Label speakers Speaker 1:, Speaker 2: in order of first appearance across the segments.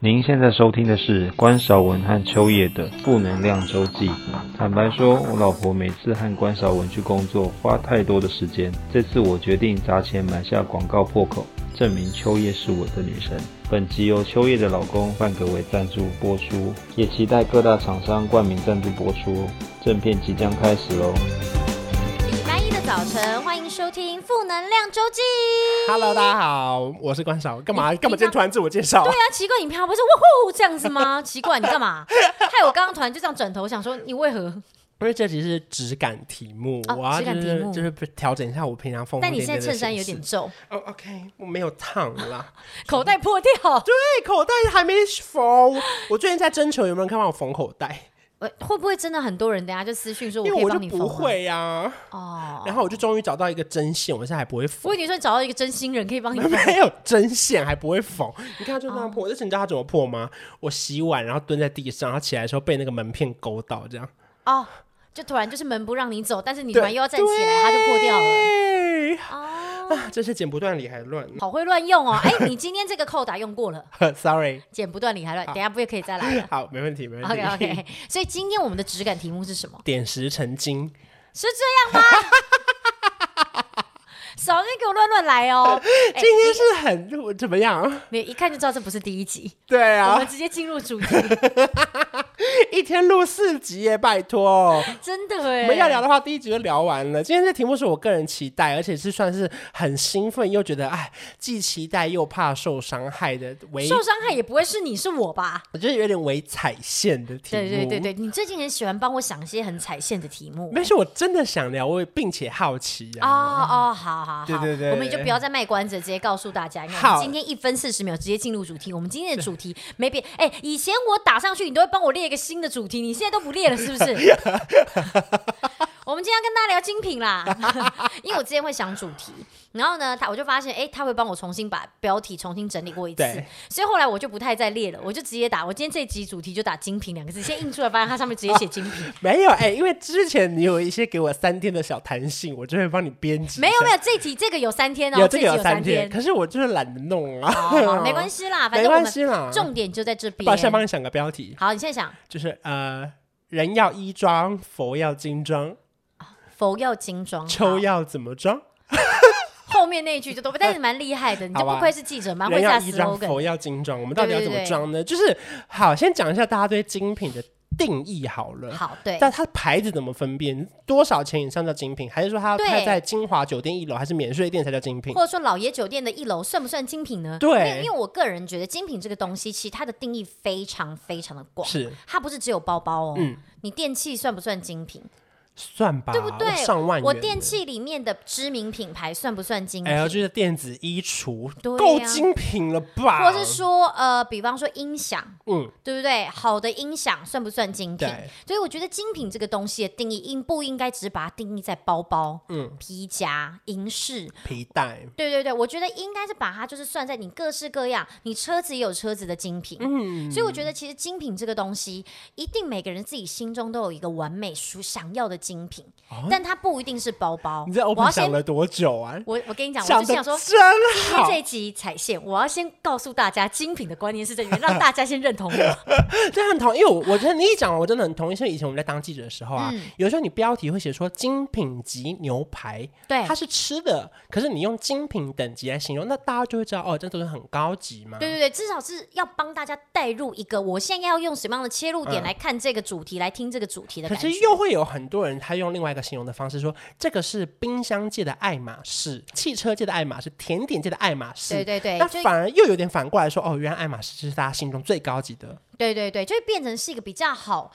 Speaker 1: 您现在收听的是关少文和秋叶的《负能量周记》。坦白说，我老婆每次和关少文去工作花太多的时间，这次我决定砸钱买下广告破口，证明秋叶是我的女神。本集由秋叶的老公范格为赞助播出，也期待各大厂商冠名赞助播出哦。正片即将开始喽！
Speaker 2: 礼拜一的早晨，欢迎收听《负能量周 记》。
Speaker 3: Hello，大家好，我是关少。干嘛？
Speaker 2: 你
Speaker 3: 干嘛今天突然自我介绍
Speaker 2: 对？啊，奇怪，你平常不是哇呼这样子吗？ 奇怪，你干嘛？害我刚刚突然就这样转头想说，你为何？
Speaker 3: 因为这集是质感题目，
Speaker 2: 哦
Speaker 3: 我要
Speaker 2: 质
Speaker 3: 就
Speaker 2: 感题目
Speaker 3: 是就是调整一下我平常疯疯
Speaker 2: 但
Speaker 3: 癫癫的
Speaker 2: 你现在衬衫有点
Speaker 3: 形式
Speaker 2: 皱，
Speaker 3: 哦，OK，我没有烫啦，
Speaker 2: 口袋破掉，
Speaker 3: 对，口袋还没缝。我最近在征求有没有人看帮我缝口袋，
Speaker 2: 呃会不会真的很多人等下就私讯说
Speaker 3: 因
Speaker 2: 可
Speaker 3: 为
Speaker 2: 以
Speaker 3: 我
Speaker 2: 帮你
Speaker 3: 就
Speaker 2: 缝吗
Speaker 3: 不会呀、啊。
Speaker 2: 哦。
Speaker 3: 然后我就终于找到一个针线，我现在还不会缝
Speaker 2: 我，跟你说，你找到一个真心人可以帮你缝。 哦
Speaker 3: 没有针线还不会缝。你看它就那样破，但是你知道它怎么破吗？我洗碗然后蹲在地上，然后起来的时候被那个门片勾到，这样。
Speaker 2: 哦，就突然就是门不让你走，但是你突
Speaker 3: 对
Speaker 2: 然又要站起来，它就破掉 了。
Speaker 3: 对
Speaker 2: 哦，
Speaker 3: 啊， 这是剪不断理还乱。
Speaker 2: 好会乱用哦！哎，你今天这个扣打用过了，
Speaker 3: Sorry，
Speaker 2: 剪不断理还乱，等下不也可以再来了
Speaker 3: 好，没问题，没问题。
Speaker 2: ？OK OK，所以今天我们的质感题目是什么？
Speaker 3: 点石成金，
Speaker 2: 是这样吗？ 少在给我乱乱来哦！哎
Speaker 3: 今天是很我怎么样？
Speaker 2: 你一看就知道这不是第一集，
Speaker 3: 对
Speaker 2: 我们
Speaker 3: 啊，
Speaker 2: 直接进入 主题，
Speaker 3: 一天录四集耶，拜托。
Speaker 2: 真的哎。
Speaker 3: 我们要聊的话，第一集就聊完了。今天这题目是我个人期待，而且是算是很兴奋，又觉得哎，既期待又怕受伤害的唯，
Speaker 2: 受伤害也不会是你是我吧？
Speaker 3: 我觉得有点唯踩线的题目。
Speaker 2: 对对对对，你最近很喜欢帮我想一些很踩线的题目。
Speaker 3: 但是我真的想聊，我也并且好奇
Speaker 2: 哦
Speaker 3: 啊。
Speaker 2: 哦，好好好，
Speaker 3: 对对对
Speaker 2: 我们也就不要再卖关子，直接告诉大家，因为我们
Speaker 3: 好
Speaker 2: 今天一分四十秒直接进入主题。我们今天的主 题没别，哎，以前我打上去你都会帮我列一个新的主题，你现在都不列了，是不是？ 我们今天要跟大家聊精品啦， 因为我之前会想主题，然后呢，他我就发现，哎、他会帮我重新把标题重新整理过一次
Speaker 3: 对，
Speaker 2: 所以后来我就不太再列了，我就直接打，我今天这集主题就打精品两个字，先印出来，发现它上面直接写精品，
Speaker 3: 没有哎、因为之前你有一些给我三天的小弹性，我就会帮你编辑一下。
Speaker 2: 没有没有，这题这个有三天哦、
Speaker 3: 有
Speaker 2: 这
Speaker 3: 这
Speaker 2: 集
Speaker 3: 个
Speaker 2: 有
Speaker 3: 有三
Speaker 2: 天
Speaker 3: 天，。可是我就是懒得弄啊，
Speaker 2: 哦， 好没 关系啊啦，反
Speaker 3: 没
Speaker 2: 正我
Speaker 3: 关
Speaker 2: 们
Speaker 3: 系啦。
Speaker 2: 重点就在这边
Speaker 3: 不。然先帮你想个标题，
Speaker 2: 好，你现在想
Speaker 3: 就是呃，人要衣装，佛要金
Speaker 2: 哦
Speaker 3: 装，
Speaker 2: 佛要精装，啊
Speaker 3: 秋
Speaker 2: 好
Speaker 3: 要怎么装？
Speaker 2: 后面那一句就 都，但是蛮厉害的，你就
Speaker 3: 好吧
Speaker 2: 不愧是记者，蛮
Speaker 3: 人
Speaker 2: 会
Speaker 3: 要
Speaker 2: 下
Speaker 3: 衣装，佛
Speaker 2: slogan。
Speaker 3: 要金装，我们到底要
Speaker 2: 对对
Speaker 3: 怎么
Speaker 2: 对
Speaker 3: 装呢？就是好，先讲一下大家对精品的定义好了。
Speaker 2: 好，对，
Speaker 3: 但它牌子怎么分辨？多少钱以上叫精品？还是说它
Speaker 2: 对
Speaker 3: 它在金华酒店一楼还是免税店才叫精品？
Speaker 2: 或者说老爷酒店的一楼算不算精品呢？
Speaker 3: 对
Speaker 2: 因为因为我个人觉得精品这个东西，其实它的定义非常非常的广，
Speaker 3: 是
Speaker 2: 它不是只有包包哦，
Speaker 3: 嗯
Speaker 2: 你电器算不算精品？
Speaker 3: 算吧，
Speaker 2: 对不对？
Speaker 3: 上万元。
Speaker 2: 我电器里面的知名品牌算不算精品？
Speaker 3: LG 的电子衣橱
Speaker 2: 嗯对啊
Speaker 3: 够精品了吧？
Speaker 2: 或是说呃，比方说音响，
Speaker 3: 嗯，
Speaker 2: 对不对？好的音响算不算精品
Speaker 3: 对？
Speaker 2: 所以我觉得精品这个东西的定义，应不应该只把它定义在包包、嗯、皮夹、银饰？
Speaker 3: 皮带，
Speaker 2: 对对对，我觉得应该是把它就是算在你各式各样，你车子也有车子的精品。嗯，所以我觉得其实精品这个东西，一定每个人自己心中都有一个完美属想要的精品，但它不一定是包包。
Speaker 3: 啊你在
Speaker 2: 我要
Speaker 3: Open
Speaker 2: 先
Speaker 3: 想，了多久啊？
Speaker 2: 我我跟你讲，我
Speaker 3: 想
Speaker 2: 就
Speaker 3: 的
Speaker 2: 想说。
Speaker 3: 真
Speaker 2: 今天
Speaker 3: 好
Speaker 2: 这，一集踩线，我要先告诉大家精品的观念是这里面，让大家先认同我。
Speaker 3: 真的很同意。因为我我真的你一讲，我真的很同意。像以前我们在当记者的时候
Speaker 2: 嗯
Speaker 3: 啊，有时候你标题会写说精品级牛排，
Speaker 2: 对
Speaker 3: 它是吃的，可是你用精品等级来形容，那大家就会知道哦，这都是很高级嘛。
Speaker 2: 对对对，至少是要帮大家带入一个，我现在要用什么样的切入点来看这个主题，来听这个主题的
Speaker 3: 嗯可
Speaker 2: 感觉
Speaker 3: 是。又会有很多人，他用另外一个形容的方式说，这个是冰箱界的爱马仕，汽车界的爱马仕，甜点界的爱马仕。
Speaker 2: 对对对，
Speaker 3: 那
Speaker 2: 就
Speaker 3: 反而又有点反过来说，哦，原来爱马仕就是大家心中最高级的。
Speaker 2: 对对对，就会变成是一个比较好，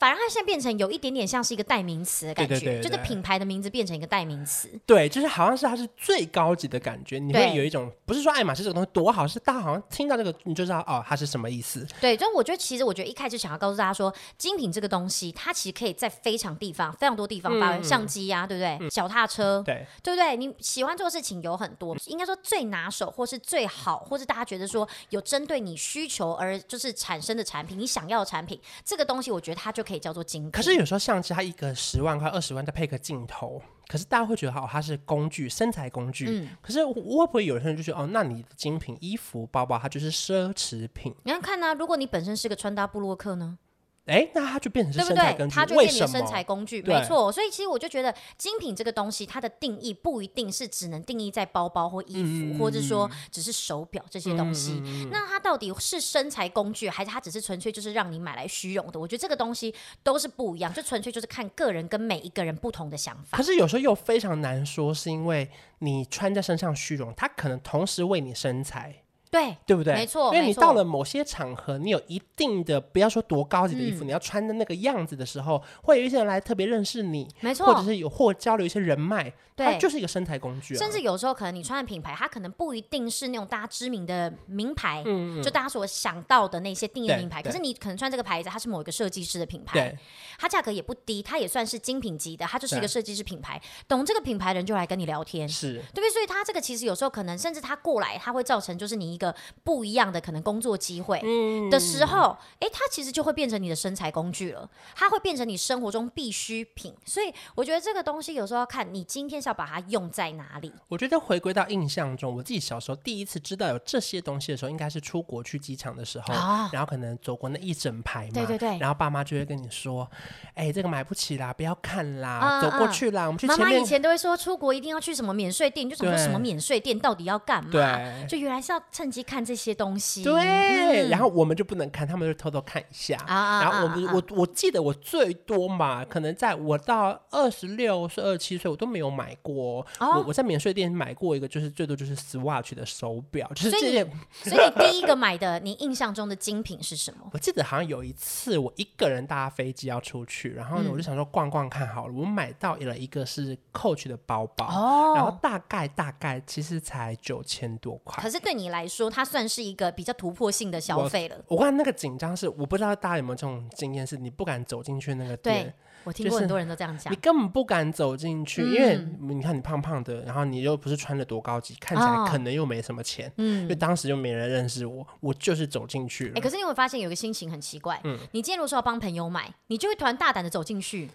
Speaker 2: 反而它现在变成有一点点像是一个代名词的感觉，
Speaker 3: 对对对
Speaker 2: 就
Speaker 3: 对
Speaker 2: 是品牌的名字变成一个代名词。
Speaker 3: 对，就是好像是它是最高级的感觉，你
Speaker 2: 对
Speaker 3: 会有一种不是说爱马仕这个东西多好，是大家好像听到这个你就知道哦，它是什么意思。
Speaker 2: 对，就我觉得其实我觉得一开始想要告诉大家说，精品这个东西，它其实可以在非常地方、非常多地方发挥，
Speaker 3: 嗯
Speaker 2: 相机呀、对不对？脚踏车，
Speaker 3: 对，
Speaker 2: 对不对？你喜欢做的事情有很多，应该说最拿手或是最好，或是大家觉得说有针对你需求而就是产生的产品，你想要的产品，这个东西我觉得它就可以叫做精品。
Speaker 3: 可是有时候相机它一个十万块、二十万，再配个镜头，可是大家会觉得哦，它是工具，身材工具。
Speaker 2: 嗯
Speaker 3: 可是会不会有些人就觉得哦，那你的精品衣服、包包它就是奢侈品？
Speaker 2: 你要看呢、如果你本身是个穿搭布洛克呢，
Speaker 3: 哎，那它就变成
Speaker 2: 对
Speaker 3: 是
Speaker 2: 不
Speaker 3: 身材
Speaker 2: 对？
Speaker 3: 工具，
Speaker 2: 它就
Speaker 3: 为
Speaker 2: 变你
Speaker 3: 什
Speaker 2: 的
Speaker 3: 么？
Speaker 2: 身材工具，
Speaker 3: 对
Speaker 2: 没错。所以其实我就觉得精品这个东西，它的定义不一定是只能定义在包包或衣服，
Speaker 3: 嗯
Speaker 2: 或者说只是手表这些东西。
Speaker 3: 嗯
Speaker 2: 那它到底是身材工具，还是它只是纯粹就是让你买来虚荣的？我觉得这个东西都是不一样，就纯粹就是看个人跟每一个人不同的想法。
Speaker 3: 可是有时候又非常难说，是因为你穿在身上虚荣，它可能同时为你身材。
Speaker 2: 对，
Speaker 3: 对不对？
Speaker 2: 没错
Speaker 3: 因为
Speaker 2: 没
Speaker 3: 你
Speaker 2: 错
Speaker 3: 到了某些场合，你有一定的，不要说多高级的衣
Speaker 2: 嗯
Speaker 3: 服，你要穿的那个样子的时候，会有一些人来特别认识你，
Speaker 2: 没错，
Speaker 3: 或者是有或交流一些人脉，它
Speaker 2: 对
Speaker 3: 就是一个身材工具、啊，
Speaker 2: 甚至有时候可能你穿的品牌，它可能不一定是那种大家知名的名牌，就大家所想到的那些定义
Speaker 3: 嗯对
Speaker 2: 名牌。可
Speaker 3: 对
Speaker 2: 是你可能穿这个牌子，它是某一个设计师的品牌
Speaker 3: 对，
Speaker 2: 它价格也不低，它也算是精品级的，它就是一个
Speaker 3: 对
Speaker 2: 设计师品牌。懂这个品牌的人就来跟你聊天。
Speaker 3: 是
Speaker 2: 对不对？所以它这个其实有时候可能，甚至它过来，它会造成就是你一个不一样的可能工作机会
Speaker 3: 嗯
Speaker 2: 的时候，诶，它其实就会变成你的身材工具了，它会变成你生活中必需品。所以我觉得这个东西有时候要看你今天是要把它用在哪里。
Speaker 3: 我觉得回归到印象中，我自己小时候第一次知道有这些东西的时候，应该是出国去机场的时候，
Speaker 2: 啊
Speaker 3: 然后可能走过那一整排嘛，
Speaker 2: 对对对
Speaker 3: 然后爸妈就会跟你说：“哎、这个买不起啦，不要看啦，
Speaker 2: 嗯
Speaker 3: 走过
Speaker 2: 嗯
Speaker 3: 去啦，我们去
Speaker 2: 妈
Speaker 3: 前
Speaker 2: 妈
Speaker 3: 面。
Speaker 2: 以前都会说出国一定要去什么免税店，你就想说
Speaker 3: 对
Speaker 2: 什么免税店到底要干嘛？
Speaker 3: 对
Speaker 2: 就原来是要趁机看这些东西。
Speaker 3: 对，然后我们就不能看，他们就偷偷看一下。
Speaker 2: 嗯啊啊
Speaker 3: 然后我
Speaker 2: 啊
Speaker 3: 们
Speaker 2: 啊
Speaker 3: 我我记得我最多嘛，可能在我到二十六岁、二十七岁，我都没有买过哦。
Speaker 2: 哦
Speaker 3: 我我在免税店买过一个，就是最多就是 Swatch 的手表，就是
Speaker 2: 所以
Speaker 3: 这
Speaker 2: 你
Speaker 3: 些。
Speaker 2: 所以你第一个买的，你印象中的精品是什么？
Speaker 3: 我记得好像有一次我一个人搭飞机要出去，然后呢
Speaker 2: 嗯
Speaker 3: 我就想说逛逛看好了，我买到了一个是 Coach 的包包，
Speaker 2: 哦
Speaker 3: 然后大概大概其实才九千多块
Speaker 2: 可。是对你来说，它算是一个比较突破性的消费了。
Speaker 3: 我看那个紧张是，我不知道大家有没有这种经验，是你不敢走进去那个店
Speaker 2: 对，，我听过很多人都这样讲嗯
Speaker 3: 你。根本不敢走进去，因为你看你胖胖的，然后你又不是穿的多高级，看起
Speaker 2: 哦
Speaker 3: 来可能又没什么钱，因
Speaker 2: 嗯，
Speaker 3: 为当时又没人认识我，我就是走进去
Speaker 2: 哎、
Speaker 3: 了。
Speaker 2: 可是你有没有发现有一个心情很奇怪？
Speaker 3: 嗯
Speaker 2: 你今天如果说要帮朋友买，你就会突然大胆的走进去。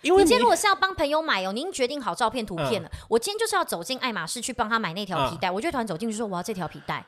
Speaker 3: 因为
Speaker 2: 你今天
Speaker 3: 你嗯
Speaker 2: 如果是要帮朋友买哦，您决定好照片图片了，我今天就是要走进爱马仕去帮他买那条皮带，我就会突然走进去说我要这条皮带。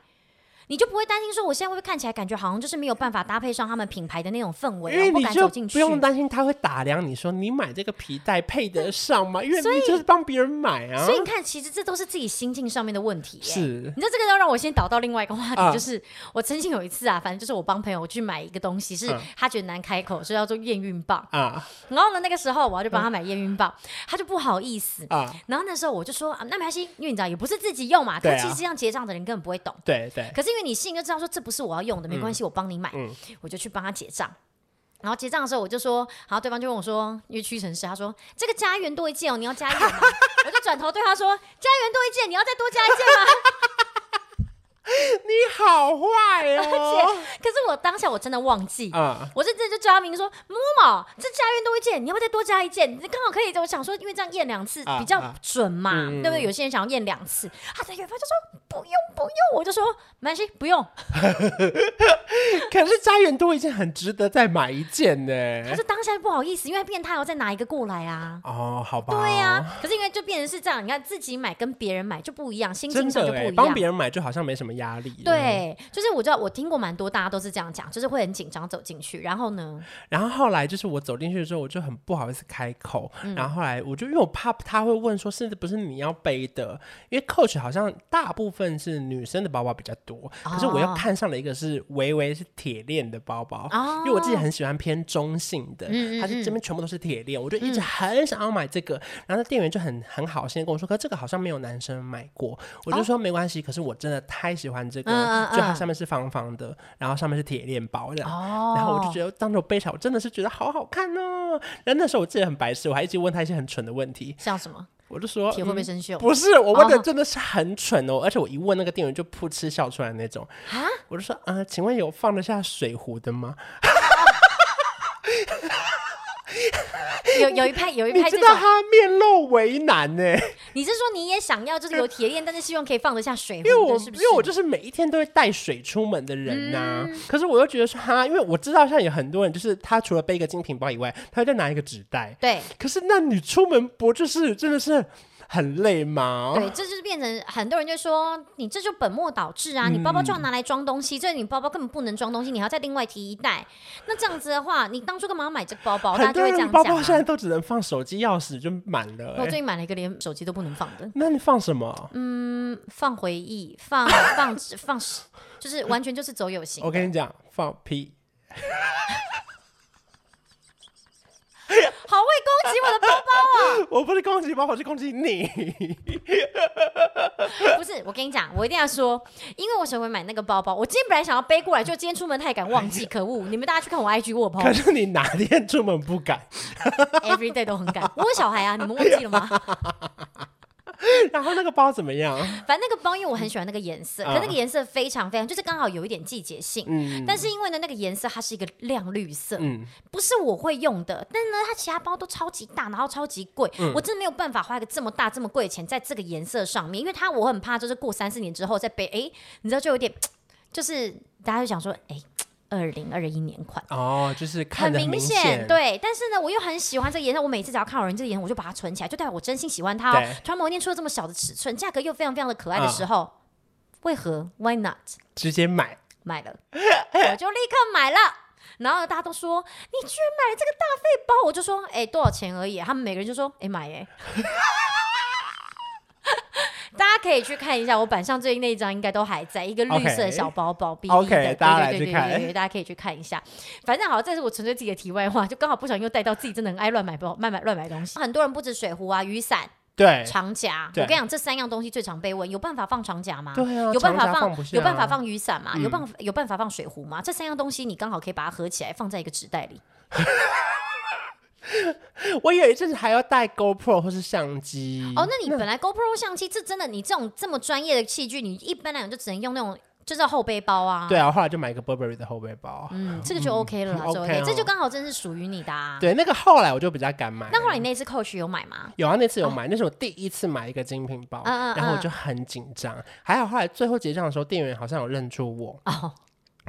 Speaker 2: 你就不会担心说我现在会不会看起来感觉好像就是没有办法搭配上他们品牌的那种氛围，
Speaker 3: 因
Speaker 2: 然
Speaker 3: 为
Speaker 2: 后不
Speaker 3: 你
Speaker 2: 敢
Speaker 3: 就
Speaker 2: 走进去
Speaker 3: 不。用担心他会打量你说你买这个皮带配得上吗？因为你就是帮别人买啊
Speaker 2: 所，以你看，其实这都是自己心境上面的问题、耶
Speaker 3: 是
Speaker 2: 你知道这个要让我先导到另外一个话题，
Speaker 3: 啊
Speaker 2: 就是我曾经有一次啊，反正就是我帮朋友去买一个东西，是
Speaker 3: 嗯
Speaker 2: 他觉得难开口，所以要做验孕棒。
Speaker 3: 啊
Speaker 2: 然后呢，那个时候我要去帮他买验孕棒，他就不好意思。
Speaker 3: 啊，
Speaker 2: 然后那时候我就说啊，那没关系，因为你知道也不是自己用嘛，可
Speaker 3: 对
Speaker 2: 是
Speaker 3: 啊
Speaker 2: 其实这样结账的人根本不会懂。
Speaker 3: 对对，
Speaker 2: 可是因为你心里就知道说这不是我要用的，没
Speaker 3: 嗯
Speaker 2: 关系，我帮你买，我就去帮他结账。然后结账的时候，我就说，然后对方就问我说，因为屈臣氏，他说这个加一元多一件哦，你要加一件吗？ 我就转头对他说，加一元多一件，你要再多加一件吗？
Speaker 3: 你好 坏哦
Speaker 2: 可是我当下我真的忘记，
Speaker 3: 啊，
Speaker 2: 我是真的就叫他名说，某某，这加一元多一件，你要不要再多加一件？你刚好可以，我想说，因为这样验两次
Speaker 3: 啊
Speaker 2: 比较
Speaker 3: 啊
Speaker 2: 准嘛，
Speaker 3: 嗯嗯
Speaker 2: 对不对？有些人想要验两次，他在远方就说不用不用，我就说没关系，不用。
Speaker 3: 可是家园多一件很值得再买一件呢。
Speaker 2: 他说当下就不好意思，因为变态哦要再拿一个过来啊。
Speaker 3: 哦，好吧，
Speaker 2: 对啊呀、可是因为就变成是这样，你看自己买跟别人买就不一样，心
Speaker 3: 真
Speaker 2: 境上就
Speaker 3: 的
Speaker 2: 不
Speaker 3: 哎，
Speaker 2: 一
Speaker 3: 帮
Speaker 2: 样。
Speaker 3: 别人买就好像没什么压力。，
Speaker 2: 对，就是我知道我听过蛮多，大家都是这样讲，就是会很紧张走进去，然后呢，
Speaker 3: 然后后来就是我走进去之后，我就很不好意思开口。
Speaker 2: 嗯
Speaker 3: 然后后来我就因为我怕他会问说，甚至不是你要背的，因为 Coach 好像大部分是女生的包包比较多，可是我又
Speaker 2: 哦
Speaker 3: 看上了一个是微微是铁链的包包，
Speaker 2: 哦
Speaker 3: 因为我自己很喜欢偏中性的，
Speaker 2: 嗯嗯
Speaker 3: 它是这边全部都是铁链，我就一直很想要买这个。然后那店员就很很好心地跟我说，可这个好像没有男生买过，我就说没关系，可是我真的太喜欢这个，
Speaker 2: 哦嗯嗯嗯
Speaker 3: 就它上面是方方的，然后上面是铁链包的。
Speaker 2: 哦
Speaker 3: 然后我就觉得当时我背起来，我真的是觉得好好看哦。然后那时候我记得很白痴，我还一直问他一些很蠢的问题，
Speaker 2: 像什么
Speaker 3: 我就说
Speaker 2: 铁会不会
Speaker 3: 嗯
Speaker 2: 生锈
Speaker 3: 不是，我问的
Speaker 2: 哦
Speaker 3: 真的是很蠢哦，而且我一问那个店员就噗嗤笑出来那种。
Speaker 2: 啊，
Speaker 3: 我就说，呃，请问有放得下水壶的吗？
Speaker 2: 有有一派有一
Speaker 3: 你
Speaker 2: 派这
Speaker 3: 知道
Speaker 2: 种，嗯
Speaker 3: 他面露为难欸呢、
Speaker 2: 你是说你也想要就是有铁链，但是希望可以放得下水壶
Speaker 3: 因为我
Speaker 2: 的，是不
Speaker 3: 因
Speaker 2: 是？
Speaker 3: 为我就是每一天都会带水出门的人呐、
Speaker 2: 嗯
Speaker 3: 可是我又觉得说哈，因为我知道像有很多人，就是他除了背一个精品包以外，他会再拿一个纸袋。
Speaker 2: 对
Speaker 3: 可是那你出门不就是真的是很累吗？
Speaker 2: 对，这就是变成很多人就说你这就本末倒置啊！你包包就要
Speaker 3: 嗯
Speaker 2: 拿来装东西，这你包包根本不能装东西，你还要再另外提一袋。那这样子的话，你当初干嘛要买这个包包？大
Speaker 3: 哦很
Speaker 2: 家就
Speaker 3: 多
Speaker 2: 会这
Speaker 3: 人
Speaker 2: 样
Speaker 3: 包
Speaker 2: 讲
Speaker 3: 包现在
Speaker 2: 啊。
Speaker 3: 都只能放手机、钥匙就满了、
Speaker 2: 我最嗯
Speaker 3: 欸。
Speaker 2: 近买了一个连手机都不能放的，
Speaker 3: 那你放什么？
Speaker 2: 放回忆，放放放，就是完全就是走有型的。
Speaker 3: 我跟你讲，放屁！
Speaker 2: 好会攻击我的包包
Speaker 3: 我不是攻击包包，是攻击你。
Speaker 2: 啊！ 不是，我跟你讲，我一定要说，因为我小鬼买那个包包，我今天本来想要背过来，就今天出门太赶忘 记，可恶！你们大家去看我 IG 我有 PO
Speaker 3: 可是你哪天出门不敢，
Speaker 2: every day 都很赶，我有小孩啊，你们忘记了吗？
Speaker 3: 然后那个包怎么样？
Speaker 2: 反正那个包，因为我很喜欢那个颜色，可
Speaker 3: 啊
Speaker 2: 那个颜色非常非常，就是刚好有一点季节性。
Speaker 3: 嗯
Speaker 2: 但是因为呢，那个颜色它是一个亮绿色，
Speaker 3: 嗯，
Speaker 2: 不是我会用的。但呢，它其他包都超级大，然后超级贵，
Speaker 3: 嗯
Speaker 2: 我真的没有办法花一个这么大、这么贵的钱在这个颜色上面，因为它我很怕就是过三四年之后再背，哎，你知道就有点，就是大家就想说，哎，二零二一年款。
Speaker 3: 哦，就是看
Speaker 2: 很
Speaker 3: 得
Speaker 2: 明
Speaker 3: 显，，
Speaker 2: 对，但是呢，我又很喜欢这个颜色。我每次只要看到有人这个颜色，我就把它存起来，就代表我真心喜欢它哦
Speaker 3: 对。嗯
Speaker 2: 传某一天出了这么小的尺寸，价格又非常非常的可爱的时候，为何 Why not
Speaker 3: 直接买。
Speaker 2: 买了？ 我就立刻买了。然后大家都说你居然买了这个大费包，我就说哎、多少钱而已啊。他们每个人就说哎、买哎、 大家可以去看一下，我板上最近那一张应该都还在，一个绿
Speaker 3: OK
Speaker 2: 色的小包包，B
Speaker 3: OK，大家来
Speaker 2: 对对
Speaker 3: 去
Speaker 2: 对
Speaker 3: 看
Speaker 2: 对对对，大家可以去看一下。反正好，这是我纯粹自己的题外话，就刚好不小心又带到自己真的很爱乱买包、乱买乱买东西。很多人不止水壶啊、雨伞、
Speaker 3: 对，
Speaker 2: 长夹，我
Speaker 3: 对
Speaker 2: 跟你讲，这三样东西最常被问，有办法放长夹吗？
Speaker 3: 对啊
Speaker 2: 有办法
Speaker 3: 长夹放不下啊嗯
Speaker 2: 有办法放雨伞吗？有办法有办法放水壶吗？这三样东西你刚好可以把它合起来放在一个纸袋里。
Speaker 3: 我有一阵子还要带 GoPro 或是相机。
Speaker 2: 哦，那你本来 GoPro 相机，这真的你这种这么专业的器具，你一般来讲就只能用那种就是后背包啊。
Speaker 3: 对。啊，我后来就买一个 Burberry 的后背包。
Speaker 2: 嗯，这个就 OK 了啦，
Speaker 3: 嗯
Speaker 2: 就
Speaker 3: OK 哦
Speaker 2: 这就刚好真是属于你的、啊。
Speaker 3: 对，那个后来我就比较敢买。
Speaker 2: 那后来你那次 Coach 有买吗？
Speaker 3: 有啊，那次有买，那是我第一次买一个精品包，
Speaker 2: 哦嗯嗯
Speaker 3: 然后我
Speaker 2: 嗯
Speaker 3: 就很紧张。还好后来最后结账的时候，店员好像有认出我。
Speaker 2: 哦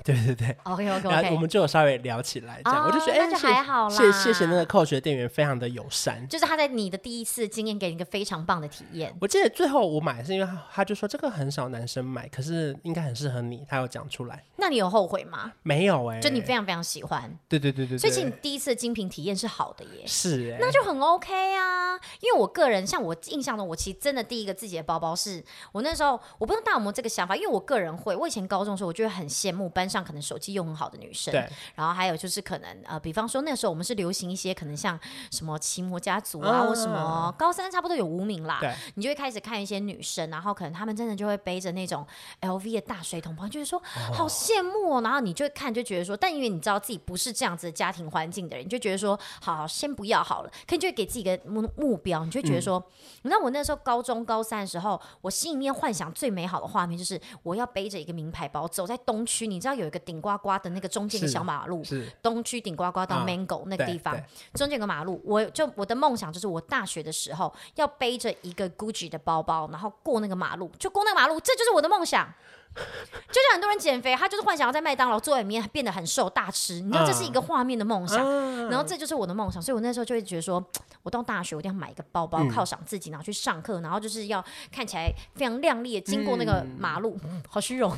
Speaker 3: 对对对。
Speaker 2: ，OK OK
Speaker 3: 然后我
Speaker 2: OK，
Speaker 3: 们就有稍微聊起来，这样、
Speaker 2: 哦
Speaker 3: 我就觉得，哎、
Speaker 2: 那就还好啦
Speaker 3: 谢谢谢那个 coach 的店员非常的友善。
Speaker 2: 就是他在你的第一次经验给你一个非常棒的体验。
Speaker 3: 我记得最后我买是因为他他就说这个很少男生买，可是应该很适合你，他有讲出来。
Speaker 2: 那你有后悔吗？
Speaker 3: 没有哎、
Speaker 2: 就你非常非常喜欢，
Speaker 3: 对对对对对，
Speaker 2: 所以其实你第一次精品体验是好的耶。
Speaker 3: 是哎、
Speaker 2: 那就很 OK 啊，因为我个人像我印象中，我其实真的第一个自己的包包是我那时候，我不知道大家有没有这个想法，因为我个人会，我以前高中的时候，我就会很羡慕班上可能手机用很好的女生，
Speaker 3: 对，
Speaker 2: 然后还有就是可能呃，比方说那时候我们是流行一些可能像什么奇摩家族啊，
Speaker 3: 啊
Speaker 2: 或什么高三差不多有无名啦，
Speaker 3: 对
Speaker 2: 你就会开始看一些女生，然后可能她们真的就会背着那种 LV 的大水桶包，就是说好羡慕哦。然后你就会看就觉得说，但因为你知道自己不是这样子的家庭环境的人，你就觉得说，好好先不要好了。可你就会给自己一个目目标，你就会
Speaker 3: 嗯
Speaker 2: 觉得说，你知道我那时候高中高三的时候，我心里面幻想最美好的画面就是我要背着一个名牌包走在东区，你知道有一个顶呱呱的那个中间的
Speaker 3: 是
Speaker 2: 小马路，
Speaker 3: 是
Speaker 2: 东区顶呱呱到
Speaker 3: 啊
Speaker 2: Mango 那个
Speaker 3: 对
Speaker 2: 地方
Speaker 3: 对，
Speaker 2: 中间有个马路，我就我的梦想就是我大学的时候要背着一个 Gucci 的包包，然后过那个马路，就过那个马路，这就是我的梦想。 就像很多人减肥，他就是幻想要在麦当劳坐在里面变得很瘦大吃，你知道这是一个画面的梦想，
Speaker 3: 啊
Speaker 2: 然后这就是我的梦想，所以我那时候就会觉得说，我到大学我一定要买一个包
Speaker 3: 嗯
Speaker 2: 包犒赏自己，然后去上课，然后就是要看起来非常靓丽，经过那个
Speaker 3: 嗯
Speaker 2: 马路，嗯好虚荣，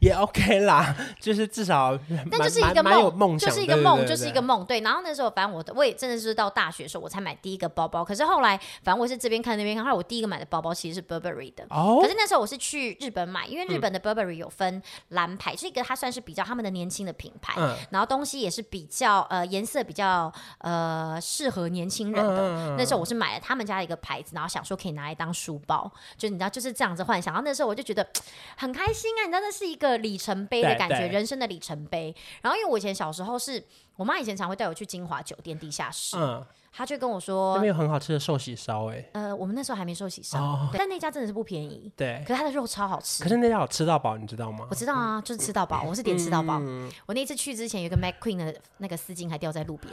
Speaker 3: 也 OK 啦， 就是至少
Speaker 2: 但就
Speaker 3: 蛮
Speaker 2: 是一
Speaker 3: 蛮
Speaker 2: 个
Speaker 3: 蛮有
Speaker 2: 梦，
Speaker 3: 梦想，
Speaker 2: 就是一个
Speaker 3: 对
Speaker 2: 梦，
Speaker 3: 对对
Speaker 2: 就是一个梦。对，然后那时候反正我的我也真的是到大学的时候我才买第一个包包，可是后来反正我是这边看那边看，后来我第一个买的包包其实是 Burberry 的。
Speaker 3: 哦嗯
Speaker 2: 可是那时候我是去日本买，因为日本的 Burberry 有分蓝牌，是一个它算是比较他们的年轻的品牌，
Speaker 3: 嗯
Speaker 2: 然后东西也是比较呃颜色比较呃适合年轻人的。
Speaker 3: 嗯
Speaker 2: 那时候我是买了他们家的一个牌子，然后想说可以拿来当书包，就你知道就是这样子幻想。然后那时候我就觉得嗯很开心啊，你知道那是一个里程碑的
Speaker 3: 对
Speaker 2: 感觉，
Speaker 3: 对
Speaker 2: 人生的里程碑。然后因为我以前小时候是我妈以前常会带我去金华酒店地下室，
Speaker 3: 嗯，
Speaker 2: 她就跟我
Speaker 3: 那
Speaker 2: 说
Speaker 3: 边，有很好吃的寿喜烧哎、
Speaker 2: 呃，我们那时候还没收喜烧，
Speaker 3: 哦
Speaker 2: 对但那家真的是不便宜，
Speaker 3: 对
Speaker 2: 可，是它的肉超好吃
Speaker 3: 哎可。是那家有吃到饱，你知道吗
Speaker 2: 我？知道啊，就是吃到饱，我是点吃到饱。
Speaker 3: 嗯
Speaker 2: 我那次去之前，有一个 McQueen 的那个丝巾还掉在路边，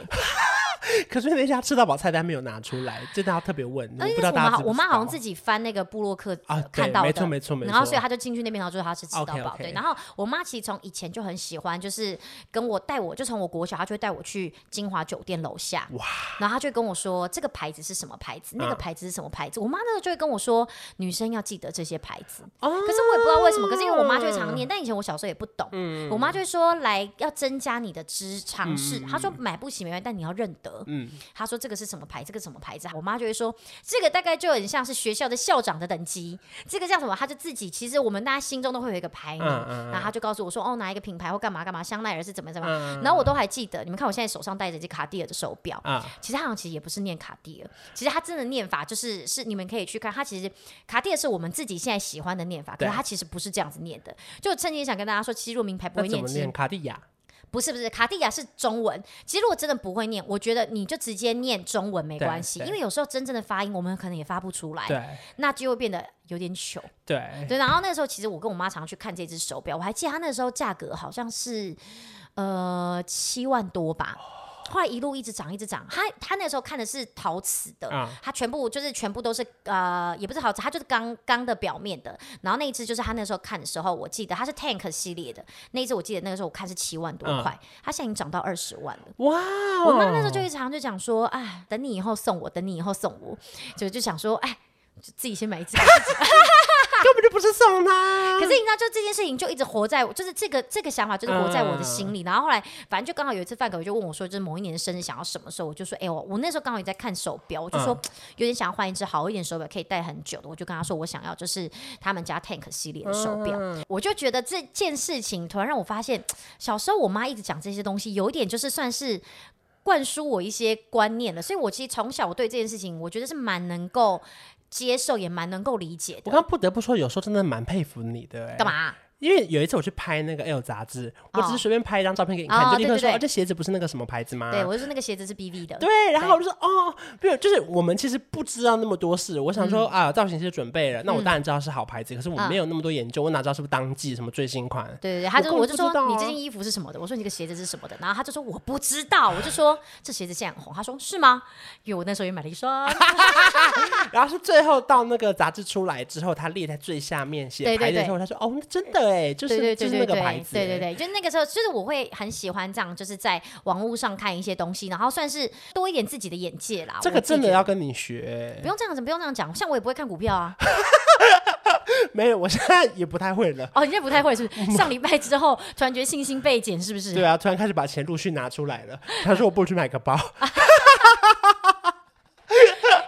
Speaker 3: 可是那家吃到饱菜单没有拿出来，这大家特别问，我
Speaker 2: 而
Speaker 3: 不
Speaker 2: 且
Speaker 3: 知
Speaker 2: 那
Speaker 3: 道
Speaker 2: 呃是我妈
Speaker 3: 大家知
Speaker 2: 好，
Speaker 3: 不
Speaker 2: 我妈
Speaker 3: 知
Speaker 2: 好像
Speaker 3: 道
Speaker 2: 自己翻那个部落客
Speaker 3: 啊对
Speaker 2: 看到的，
Speaker 3: 没错没错没
Speaker 2: 然后
Speaker 3: 错
Speaker 2: 所以她就进去那边，然后就是她是吃到饱
Speaker 3: OK，OK
Speaker 2: 对。然后我妈其实从以前就很喜欢，就是跟我带我，就从我国小，她就会带我去金华酒店楼下，
Speaker 3: 哇，
Speaker 2: 然后她就会跟我说这个牌子是什么牌子，那个
Speaker 3: 嗯
Speaker 2: 牌子是什么牌子。我妈那个就会跟我说，女生要记得这些牌子。
Speaker 3: 哦
Speaker 2: 可是我也不知道为什么，可是因为我妈就会常念，但以前我小时候也不懂，
Speaker 3: 嗯
Speaker 2: 我妈就会说来要增加你的知尝试，她说买不起没关系，但你要认得，
Speaker 3: 嗯
Speaker 2: 她说这个是什么牌，这个什么牌子，我妈就会说这个大概就很像是学校的校长的等级，这个叫什么，她就自己其实我们大家心中都会有一个排名，
Speaker 3: 嗯嗯
Speaker 2: 然后她就告诉我说哦哪一个品牌或干嘛干嘛，香奈儿是怎么怎么样，
Speaker 3: 嗯
Speaker 2: 然后我都还记得，你们看我现在手上戴着这卡地尔的手表，
Speaker 3: 啊，
Speaker 2: 其实它好像其实也不是念卡地尔，其实它真的念法就是是你们可以去看，它其实卡地尔是我们自己现在喜欢的念法，可
Speaker 3: 对
Speaker 2: 是它其实不是这样子念的。就趁机想跟大家说，其实如果名牌不
Speaker 3: 那
Speaker 2: 会
Speaker 3: 怎
Speaker 2: 念，
Speaker 3: 么
Speaker 2: 其实
Speaker 3: 念卡地亚？
Speaker 2: 不是不是卡地亚是中文。其实如果真的不会念，我觉得你就直接念中文没
Speaker 3: 对
Speaker 2: 关系，
Speaker 3: 对
Speaker 2: 因为有时候真正的发音我们可能也发不出来，
Speaker 3: 对
Speaker 2: 那就会变得有点糗。
Speaker 3: 对，
Speaker 2: 哎对，然后那时候其实我跟我妈常去看这只手表，我还记得它那时候价格好像是呃七万多吧。后来一路一直涨，一直涨。它它那时候看的是陶瓷的，
Speaker 3: 啊
Speaker 2: 它全部就是全部都是呃，也不是陶瓷，它就是钢钢的表面的。然后那一只就是它那时候看的时候，我记得它是 Tank 系列的那一只，我记得那个时候我看是七万多块，它现在已经涨到二十万了。
Speaker 3: 哇嗯哦，
Speaker 2: 我妈那时候就一直常就讲说，哎，等你以后送我，等你以后送我，就就想说，哎，就自己先买一只给自己。
Speaker 3: 根本就不是送他，
Speaker 2: 可是你知道，就这件事情就一直活在我，就是这个这个想法，就是活在我的心里。然后后来，反正就刚好有一次，范狗就问我说，就是某一年生日想要什么时候，我就说，哎、我我那时候刚好也在看手表，我就说、有点想要换一只好一点手表，可以戴很久的。我就跟他说，我想要就是他们家 Tank 系列的手表。我就觉得这件事情突然让我发现，小时候我妈一直讲这些东西，有一点就是算是。灌输我一些观念了，所以我其实从小我对这件事情，我觉得是蛮能够接受，也蛮能够理解
Speaker 3: 我
Speaker 2: 的。
Speaker 3: 刚不得不说，有时候真的蛮佩服你的、欸。
Speaker 2: 干嘛、？啊
Speaker 3: 因为有一次我去拍那个 L 杂志，我只是随便拍一张照片给你看，
Speaker 2: 哦
Speaker 3: 就立刻说、
Speaker 2: 对对对
Speaker 3: 哦这鞋子不是那个什么牌子吗？
Speaker 2: 对，我就说那个鞋子是 BV 的。
Speaker 3: 嗯对，然后我就说哦，没有，就是我们其实不知道那么多事。我想说、啊，造型师准备了，那我当然知道是好牌子，可是我
Speaker 2: 嗯
Speaker 3: 没有那么多研究，我哪知道是不是当季什么最新款？
Speaker 2: 对对对，他就
Speaker 3: 我
Speaker 2: 我
Speaker 3: 根本
Speaker 2: 就
Speaker 3: 不
Speaker 2: 说
Speaker 3: 知道啊
Speaker 2: 你这件衣服是什么的，我说你这个鞋子是什么的，然后他就说我不知道，我就说这鞋子现在很红，他说是吗？因为我那时候也买了一 双，
Speaker 3: 然后是最后到那个杂志出来之后，它列在最下面写
Speaker 2: 对对
Speaker 3: 牌子
Speaker 2: 对
Speaker 3: 的时候，他说哦，那真的哎，就
Speaker 2: 对
Speaker 3: 是
Speaker 2: 对对
Speaker 3: 就是
Speaker 2: 对
Speaker 3: 那
Speaker 2: 对
Speaker 3: 个牌子，欸
Speaker 2: 对对对，就那个时候就是我会很喜欢这样，就是在网络上看一些东西，然后算是多一点自己的眼界啦。
Speaker 3: 这
Speaker 2: 我
Speaker 3: 个
Speaker 2: 自己
Speaker 3: 真的
Speaker 2: 觉得
Speaker 3: 要跟你学
Speaker 2: 不。用这样子，不用这样讲，像我也不会看股票啊。
Speaker 3: 没有，我现在也不太会了。
Speaker 2: 哦，你现在不太会是不是？上礼拜之后突然觉得信心倍减，是不是？
Speaker 3: 对啊，突然开始把钱陆续拿出来 了。他说：“我不如去买个包。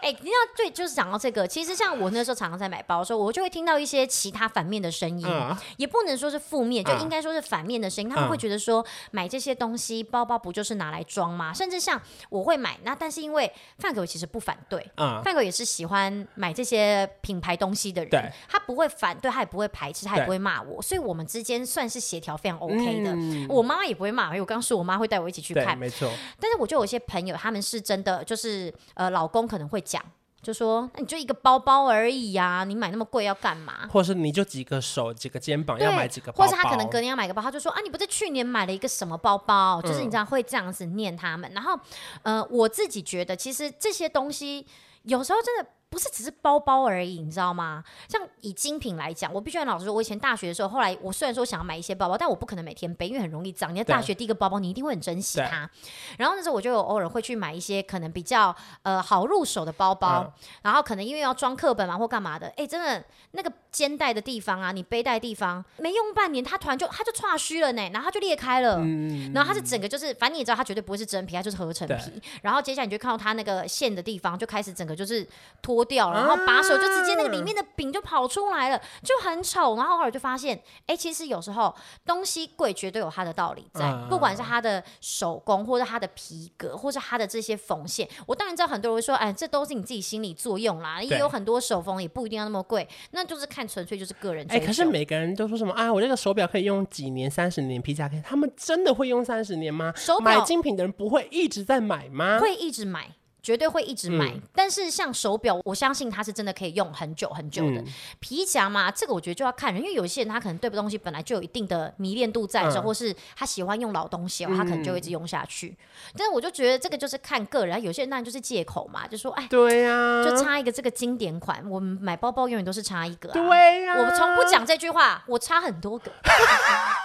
Speaker 2: 哎、你要对，就是讲到这个，其实像我那时候常常在买包的时候，我就会听到一些其他反面的声音，
Speaker 3: 嗯
Speaker 2: 也不能说是负面，就
Speaker 3: 嗯
Speaker 2: 应该说是反面的声音。他们
Speaker 3: 嗯
Speaker 2: 会觉得说，买这些东西，包包不就是拿来装吗？甚至像我会买，那但是因为范狗其实不反对。
Speaker 3: 嗯
Speaker 2: 范狗也是喜欢买这些品牌东西的人
Speaker 3: 对，
Speaker 2: 他不会反对，他也不会排斥，他也
Speaker 3: 对
Speaker 2: 不会骂我，所以我们之间算是协调非常 OK 的。我妈妈也不会骂，因为我刚说我妈会带我一起去
Speaker 3: 嗯对，
Speaker 2: 看，
Speaker 3: 没错，
Speaker 2: 但是我就有一些朋友，他们是真的就是呃，老公可能会讲，就说那你就一个包包而已呀、你买那么贵要干嘛？
Speaker 3: 或是你就几个手、几个肩膀
Speaker 2: 对
Speaker 3: 要买几个，包
Speaker 2: 或
Speaker 3: 包，嗯
Speaker 2: 是他可能隔年要买个包，他就说啊，你不是去年买了一个什么包包？就是你知道会这样子念他们。然后，呃，我自己觉得其实这些东西有时候真的不是只是包包而已，你知道吗？像以精品来讲，我必须很老实说，我以前大学的时候，后来我虽然说想要买一些包包，但我不可能每天背，因为很容易脏。你在大学第一个包包，你一定会很珍惜
Speaker 3: 对
Speaker 2: 它。然后那时候我就有偶尔会去买一些可能比较呃好入手的包包，
Speaker 3: 嗯
Speaker 2: 然后可能因为要装课本嘛或干嘛的，哎，真的那个肩带的地方啊，你背带的地方没用半年，它突然就它就岔虚了呢，然后它就裂开
Speaker 3: 嗯
Speaker 2: 了，然后它是整个就是，反正你也知道它绝对不会是真皮，它就是合成皮
Speaker 3: 对。
Speaker 2: 然后接下来你就看到它那个线的地方就开始整个就是脱掉了，然后把手就直接那个里面的柄就跑出来了，就很丑。然后后来就发现，哎，其实有时候东西贵绝对有它的道理在，
Speaker 3: 嗯
Speaker 2: 不管是它的手工，或者它的皮革，或者它的这些缝线。我当然知道很多人会说，哎，这都是你自己心理作用啦，也
Speaker 3: 对
Speaker 2: 有很多手缝也不一定要那么贵，那就是看纯粹就是个人
Speaker 3: 哎、
Speaker 2: 追求。
Speaker 3: 可是每个人都说什么啊？我这个手表可以用几年，三十年，皮夹可以，他们真的会用三十年吗？
Speaker 2: 手
Speaker 3: 买
Speaker 2: 表
Speaker 3: 精品的人不会一直在买吗？
Speaker 2: 会一直买。绝对会一直
Speaker 3: 嗯
Speaker 2: 买。但是像手表，我相信它是真的可以用很久很久的。
Speaker 3: 嗯
Speaker 2: 皮夹嘛，这个我觉得就要看人，因为有一些人他可能对东西本来就有一定的迷恋度在的时候，
Speaker 3: 嗯
Speaker 2: 或是他喜欢用老东西、哦，他可能就会一直用下去。但是我就觉得这个就是看个人，有些人当然就是借口嘛，就说哎，
Speaker 3: 对啊呀、
Speaker 2: 就差一个这个经典款，我们买包包永远都是差一个、啊。
Speaker 3: 对呀、
Speaker 2: 我从不。讲这句话，我差很多个，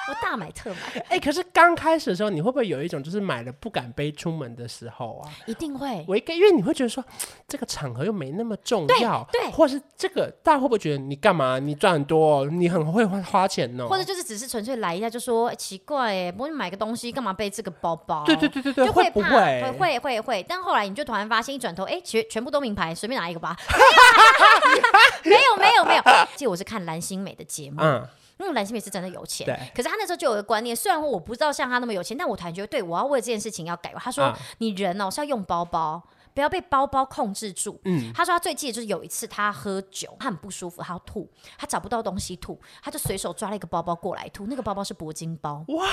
Speaker 2: 我大买特买，
Speaker 3: 哎、可是刚开始的时候，你会不会有一种就是买了不敢背出门的时候啊？
Speaker 2: 一定会。
Speaker 3: 我一个，因为你会觉得说，这个场合又没那么重要，
Speaker 2: 对对
Speaker 3: 或是这个大家会不会觉得你干嘛？你赚很多、哦，你很会花花钱哦，
Speaker 2: 或者就是只是纯粹来一下，就说、哎奇怪哎，不过你买个东西干嘛背这个包包？
Speaker 3: 对对对对对，
Speaker 2: 就
Speaker 3: 会
Speaker 2: 会
Speaker 3: 不
Speaker 2: 怕
Speaker 3: 会？
Speaker 2: 会会会会，但后来你就突然发现，一转头，哎，全全部都名牌，随便拿一个 吧。 没有没有没有，其实我是看蓝心湄的节目，
Speaker 3: 嗯，
Speaker 2: 因为蓝心湄是真的有钱
Speaker 3: 对，
Speaker 2: 可是她那时候就有个观念，虽然我不知道像她那么有钱，但我突然觉得，对我要为这件事情要改。她说，
Speaker 3: 啊
Speaker 2: 你人哦是要用包包。不要被包包控制住。
Speaker 3: 嗯
Speaker 2: 她说她最记得就是有一次她喝酒，她很不舒服，她要吐，她找不到东西吐，她就随手抓了一个包包过来吐，那个包包是铂金包。
Speaker 3: 哇！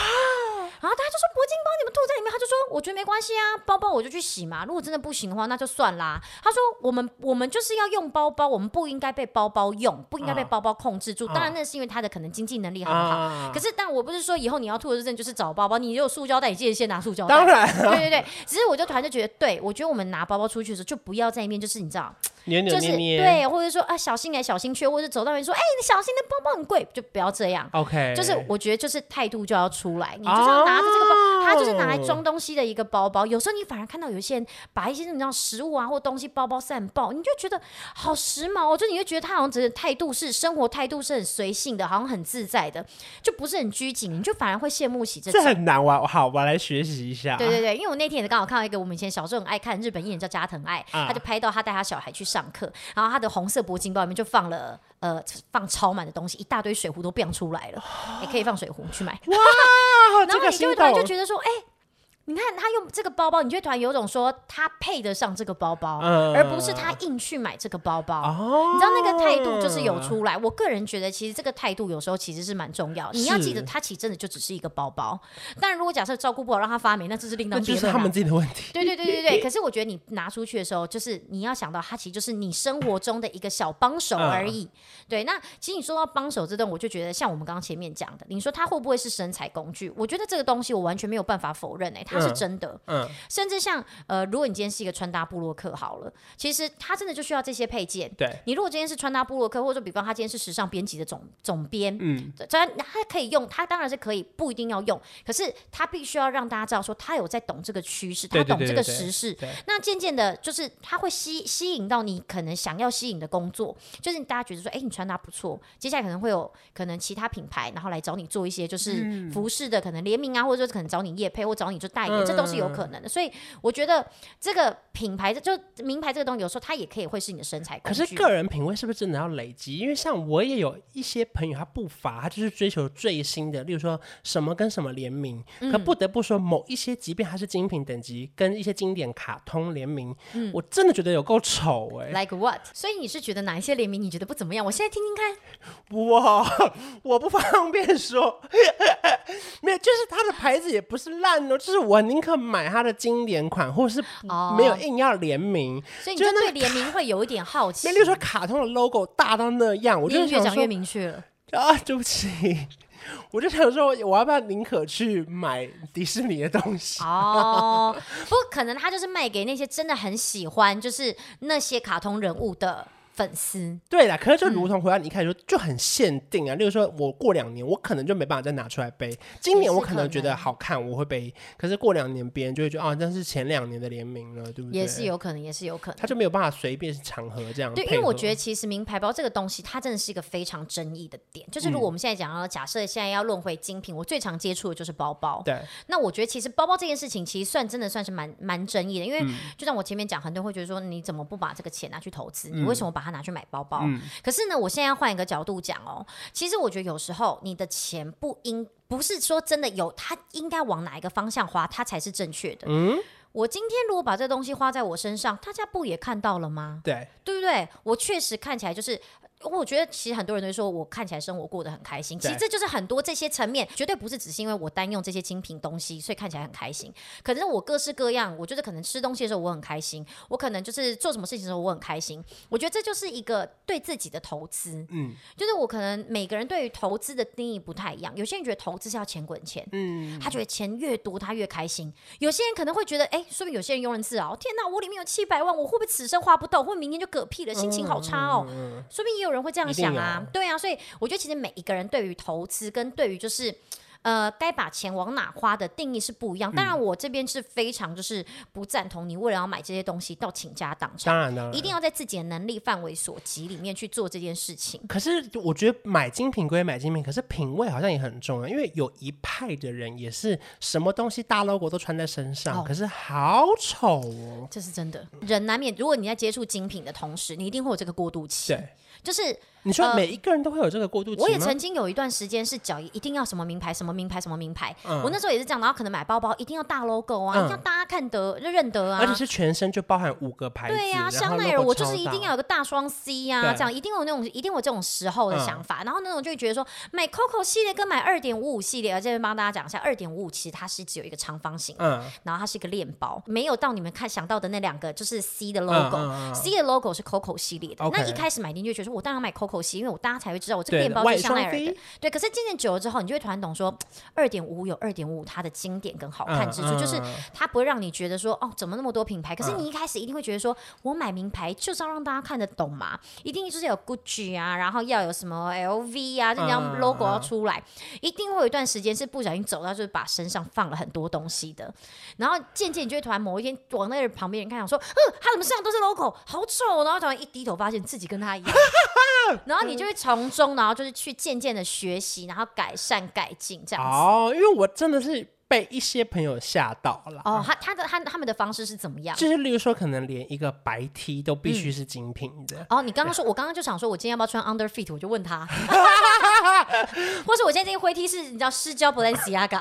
Speaker 2: 然后大家就说铂金包你们吐在里面，他就说我觉得没关系啊，包包我就去洗嘛。如果真的不行的话，那就算啦。他说我们我们就是要用包包，我们不应该被包包用，不应该被
Speaker 3: 啊
Speaker 2: 包包控制住。
Speaker 3: 啊
Speaker 2: 当然那是因为他的可能经济能力很好。
Speaker 3: 啊
Speaker 2: 可是，但我不是说以后你要吐的时候就是找包包，你有塑胶袋，你记得先拿塑胶袋。
Speaker 3: 当，然，啊
Speaker 2: 对对对。只是我就突然就觉得，对我觉得我们拿包包出去的时候，就不要在一面，就是你知道，
Speaker 3: 扭扭
Speaker 2: 就是
Speaker 3: 捏捏，
Speaker 2: 对，或者说啊小心哎、小心缺，或者走到人说哎、你小心那包包很贵，就不要这样。
Speaker 3: ，OK，
Speaker 2: 就是我觉得就是态度就要出来，你就是要拿着这个包，它就是拿来
Speaker 3: 哦
Speaker 2: 装东西的一个包包。有时候你反而看到有些人把一些你知道食物啊或东西包包散爆，你就觉得好时髦哦，就你会觉得他好像只是态度是生活态度是很随性的，好像很自在的，就不是很拘谨，你就反而会羡慕起这
Speaker 3: 这
Speaker 2: 种。
Speaker 3: 很难玩，好，我来学习一下，
Speaker 2: 对对对，因为我那天也刚好看到一个我们以前小时候很爱看日本艺人叫加藤爱，
Speaker 3: 啊
Speaker 2: 他就拍到他带他小孩去上课，然后他的红色铂金包里面就放了呃放超满的东西，一大堆水壶都变出来 了，也可以放水壶去买。
Speaker 3: 啊，
Speaker 2: 然
Speaker 3: 这
Speaker 2: 后
Speaker 3: 个
Speaker 2: 你就
Speaker 3: 心
Speaker 2: 会突然
Speaker 3: 动
Speaker 2: 就，觉得说，哎、你看他用这个包包，你就会突然有种说他配得上这个包包，
Speaker 3: 嗯
Speaker 2: 而不是他硬去买这个包包。
Speaker 3: 哦，
Speaker 2: 你知道那个态度就是有出来，我个人觉得其实这个态度有时候其实是蛮重要。你要记得，
Speaker 3: 是
Speaker 2: 它其实真的就只是一个包包。当然，如果假设照顾不好让它发霉，那这是另
Speaker 3: 那
Speaker 2: 当
Speaker 3: 就
Speaker 2: 别
Speaker 3: 是
Speaker 2: 论、
Speaker 3: 他
Speaker 2: 啊
Speaker 3: 们。自己的问题，
Speaker 2: 对对对对对。可是我觉得你拿出去的时候，就是你要想到它其实就是你生活中的一个小帮手
Speaker 3: 嗯
Speaker 2: 而已。对，那其实你说到帮手这段，我就觉得像我们刚刚前面讲的，你说它会不会是身材工具？我觉得这个东西我完全没有办法否认诶、欸它是
Speaker 3: 嗯
Speaker 2: 真的。
Speaker 3: 嗯，
Speaker 2: 甚至像呃，如果你今天是一个穿搭部落客好了，其实他真的就需要这些配件。
Speaker 3: 对，
Speaker 2: 你如果今天是穿搭部落客，或者说比方他今天是时尚编辑的总总编，
Speaker 3: 嗯，
Speaker 2: 他他可以用，他当然是可以，不一定要用，可是他必须要让大家知道说他有在懂这个趋势，
Speaker 3: 对
Speaker 2: 他
Speaker 3: 对
Speaker 2: 懂
Speaker 3: 对
Speaker 2: 这
Speaker 3: 对
Speaker 2: 个
Speaker 3: 对
Speaker 2: 时事，
Speaker 3: 对，
Speaker 2: 那渐渐的，就是它会吸吸引到你可能想要吸引的工作，就是大家觉得说，哎、你穿搭不错，接下来可能会有可能其他品牌，然后来找你做一些
Speaker 3: 嗯
Speaker 2: 就是服饰的可能联名啊，或者说可能找你业配或找你做代言，这都是有可
Speaker 3: 嗯
Speaker 2: 能的。所以我觉得这个品牌，就名牌这个东西，有时候它也可以会是你的身材工
Speaker 3: 可
Speaker 2: 具。
Speaker 3: 是个人品味是不是真的要累积？因为像我也有一些朋友，他不乏，他就是追求最新的，例如说什么跟什么联名。
Speaker 2: 嗯
Speaker 3: 可不得不说，某一些即便它是精品等级，跟一些经典卡通联名，
Speaker 2: 嗯
Speaker 3: 我真的觉得有够丑哎、
Speaker 2: Like what？所以你是觉得哪一些联名你觉得不怎么样？我现在听听看。
Speaker 3: 我我不方便说， 没有，就是它的牌子也不是烂哦，就是我宁可买它的经典款，或是不
Speaker 2: 哦
Speaker 3: 没有硬要联名。
Speaker 2: 所以你
Speaker 3: 就
Speaker 2: 就是
Speaker 3: 那
Speaker 2: 对联名会有一点好奇
Speaker 3: 那。例如说卡通的 logo 大到那样，我
Speaker 2: 你
Speaker 3: 就
Speaker 2: 也
Speaker 3: 想
Speaker 2: 越
Speaker 3: 说
Speaker 2: 讲越明确 了。
Speaker 3: 啊，对不起，我就想说，我要不要宁可去买迪士尼的东西？
Speaker 2: 哦，不过可能他就是卖给那些真的很喜欢，就是那些卡通人物的粉丝。
Speaker 3: 对啦，可是就如
Speaker 2: 嗯
Speaker 3: 同回到你一开始说，就很限定啊。例如说，我过两年我可能就没办法再拿出来背，今年我可能觉得好看，我会背，可是过两年别人就会觉得啊，那是前两年的联名了，对不对？
Speaker 2: 也是，有可能，也是有可能
Speaker 3: 他。就没有办法随便场合这样配
Speaker 2: 对，
Speaker 3: 合。
Speaker 2: 因为我觉得其实名牌包这个东西，它真的是一个非常争议的点。就是
Speaker 3: 嗯
Speaker 2: 如果我们现在讲到，假设现在要论回精品，我最常接触的就是包包。
Speaker 3: 对，
Speaker 2: 那我觉得其实包包这件事情，其实算真的算是蛮蛮争议的，因为就像我前面讲，很多人会觉得说，你怎么不把这个钱拿去投资？你为什么把它拿去买包包？可是呢，我现在要换一个角度讲哦，其实我觉得有时候你的钱不应不是说真的有，它应该往哪一个方向花，它才是正确的。我今天如果把这东西花在我身上，大家不也看到了吗？
Speaker 3: 对，
Speaker 2: 对不对？我确实看起来就是。我觉得其实很多人都说我看起来生活过得很开心，其实
Speaker 3: 对
Speaker 2: 这就是很多这些层面，绝对不是只是因为我单用这些精品东西，所以看起来很开心。可能我各式各样，我觉得可能吃东西的时候我很开心，我可能就是做什么事情的时候我很开心。我觉得这就是一个对自己的投资，
Speaker 3: 嗯
Speaker 2: 就是我可能每个人对于投资的定义不太一样。有些人觉得投资是要钱滚钱，
Speaker 3: 嗯，
Speaker 2: 他觉得钱越多他越开心。有些人可能会觉得，哎、说不定有些人庸人自扰，天哪，我里面有七百万，我会不会此生花不到，或明天就嗝屁了，心情好差
Speaker 3: 嗯
Speaker 2: 哦。说不定也有人会这样想
Speaker 3: 一定
Speaker 2: 啊，对啊，所以我觉得其实每一个人对于投资跟对于就是。呃，该把钱往哪花的定义是不一样。当
Speaker 3: 嗯
Speaker 2: 然，我这边是非常就是不赞同你为了要买这些东西到倾家荡
Speaker 3: 当
Speaker 2: 产，
Speaker 3: 然呢，
Speaker 2: 一定要在自己的能力范围所及里面去做这件事情。
Speaker 3: 可是我觉得买精品归买精品，可是品味好像也很重要，因为有一派的人也是什么东西大 logo 都穿在身上，
Speaker 2: 哦
Speaker 3: 可是好丑哦。
Speaker 2: 这是真的，人难免，如果你在接触精品的同时，你一定会有这个过渡期。
Speaker 3: 对，
Speaker 2: 就是
Speaker 3: 你说
Speaker 2: 呃
Speaker 3: 每一个人都会有这个过渡期吗？
Speaker 2: 我也曾经有一段时间是脚一定要什么名牌什么名牌什么名牌，
Speaker 3: 嗯
Speaker 2: 我那时候也是这样，然后可能买包包一定要大 logo 啊，
Speaker 3: 嗯
Speaker 2: 一定要大家看得认得啊
Speaker 3: 而且。是全身就包含五个牌子，
Speaker 2: 对呀、
Speaker 3: 呀、
Speaker 2: 香奈儿，我就是一定要有个大双 C 呀、
Speaker 3: 对嗯
Speaker 2: 这样一定有那种一定有这种时候的想法，然后那种就会觉得说，买 COCO 系列跟买二点五五系列，而这边帮大家讲一下，二点五五其实它是只有一个长方形，
Speaker 3: 嗯
Speaker 2: 然后它是一个链包，没有到你们看想到的那两个，就是 C 的 logo，C、
Speaker 3: 嗯嗯
Speaker 2: C 的 logo 是 COCO 系列的。
Speaker 3: OK
Speaker 2: 那一开始买进去就觉得说我当然买 COCO 系，因为我大家才会知道我这个
Speaker 3: 对
Speaker 2: 面包
Speaker 3: 外
Speaker 2: 是香奈儿
Speaker 3: 双
Speaker 2: 的
Speaker 3: 飞。
Speaker 2: 对，可是渐渐久了之后，你就会突然懂说，二点五有二点五它的经典跟好看之处，
Speaker 3: 嗯嗯
Speaker 2: 就是它不会让你觉得说哦怎么那么多品牌，可是
Speaker 3: 嗯
Speaker 2: 你一开始一定会觉得说我买名牌就是要让大家看得懂嘛，一定就是有 Gucci 啊，然后要有什么 LV 啊，这
Speaker 3: 嗯嗯
Speaker 2: 样
Speaker 3: 嗯
Speaker 2: logo 要出来，一定会有一段时间是不小心走到就是把身上放了很多东西的，然后渐渐你就会突然某一天往那个旁边人看，想说，嗯，他怎么身上都是 logo，好丑哦，然后突然一低头发现自己跟他一样，然后你就会从中，然后就是去渐渐的学习，然后改善改进这样子。
Speaker 3: 哦，因为我真的是被一些朋友吓到了。
Speaker 2: 哦，他他的他他们的方式是怎么样？
Speaker 3: 就是例如说，可能连一个白 T 都必
Speaker 2: 嗯
Speaker 3: 须是精品的，
Speaker 2: 哦，你刚刚说，我刚刚就想说，我今天要不要穿 under fit，我就问他，或者我现在这件灰 T 是你知道失焦 Balenciaga，